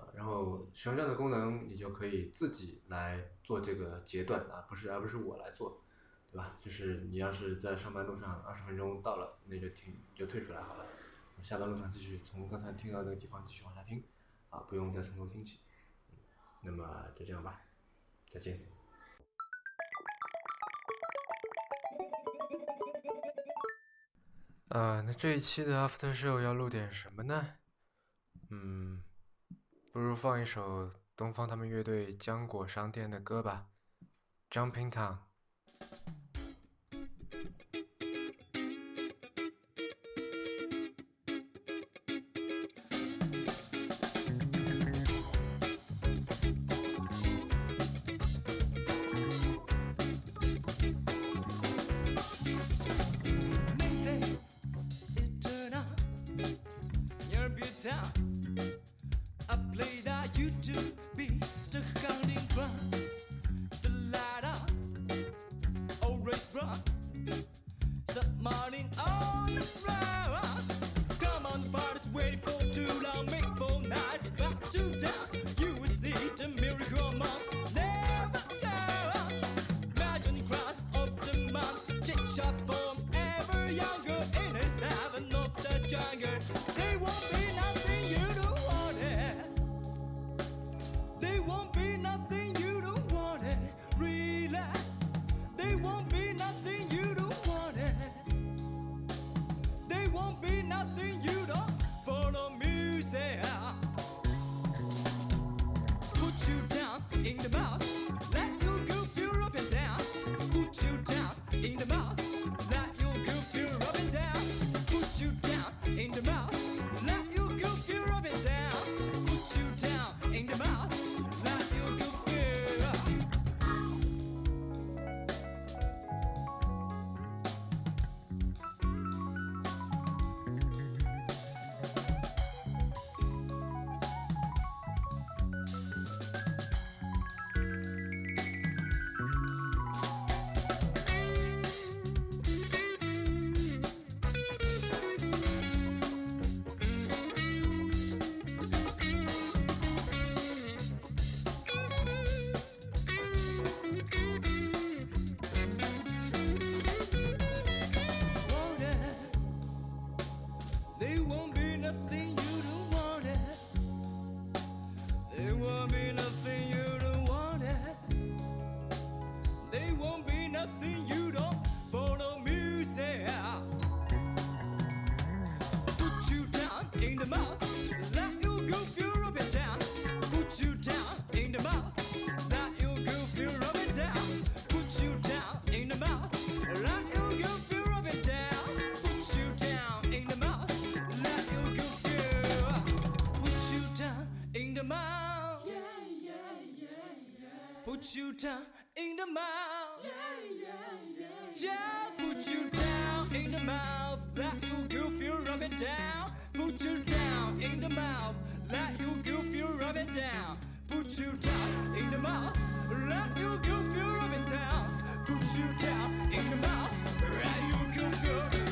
Speaker 1: 啊，然后使用这样的功能，你就可以自己来做这个截断啊，不是而不是我来做，对吧？就是你要是在上班路上二十分钟到了，那就停，就退出来好了。下班路上继续从刚才听到那个地方继续往下听，啊，不用再从头听起。嗯那么就这样吧，再见。呃，那这一期的 After Show 要录点什么呢？嗯，不如放一首东方他们乐队浆果商店的歌吧，《Jumping Town》。
Speaker 3: Wednesday, you turn up your beauty. I play that you to be the counting ground. The light up, always bright. Some morning on the ground. Come on, party's waiting for too long. Make four nights back to town. You will see the miracle man. Never know. Imagine cross of the month, chick shop form ever younger in a seven of the jungle. They won't be nothing you don't want it. They won't be nothing you don't want it. Relax. They won't be nothing you don't want it. They won't be nothing you don't follow music put you down in the mouth. Let your girl feel up and down. Put you down in the mouth. Let your girl feel up and down. Put you down in the mouth. Let your girl feel up and down. Put you down in the mouth. Let your girl feel up. want it. They won't be nothing you don't want it. They won't be nothing you don't want it. They won't be nothing you don't follow music. Put you down in the mouth. Let you go feel up and down. Put you down in the mouth. Let you go feel up and down. Put you down in the mouth. Let you go feel up and down. Put you down in the mouth. Let you go feel up. Put you down in the mouth. Yeah, yeah, yeah, yeah. Put you down in the mouth. Yeah, put you down in the mouth. Let you girl feel rubbing down. Put you down in the mouth. Let you girl feel rubbing down. Put you down in the mouth. Let you girl feel rubbing down. Put you down in the mouth. Let you girl feel.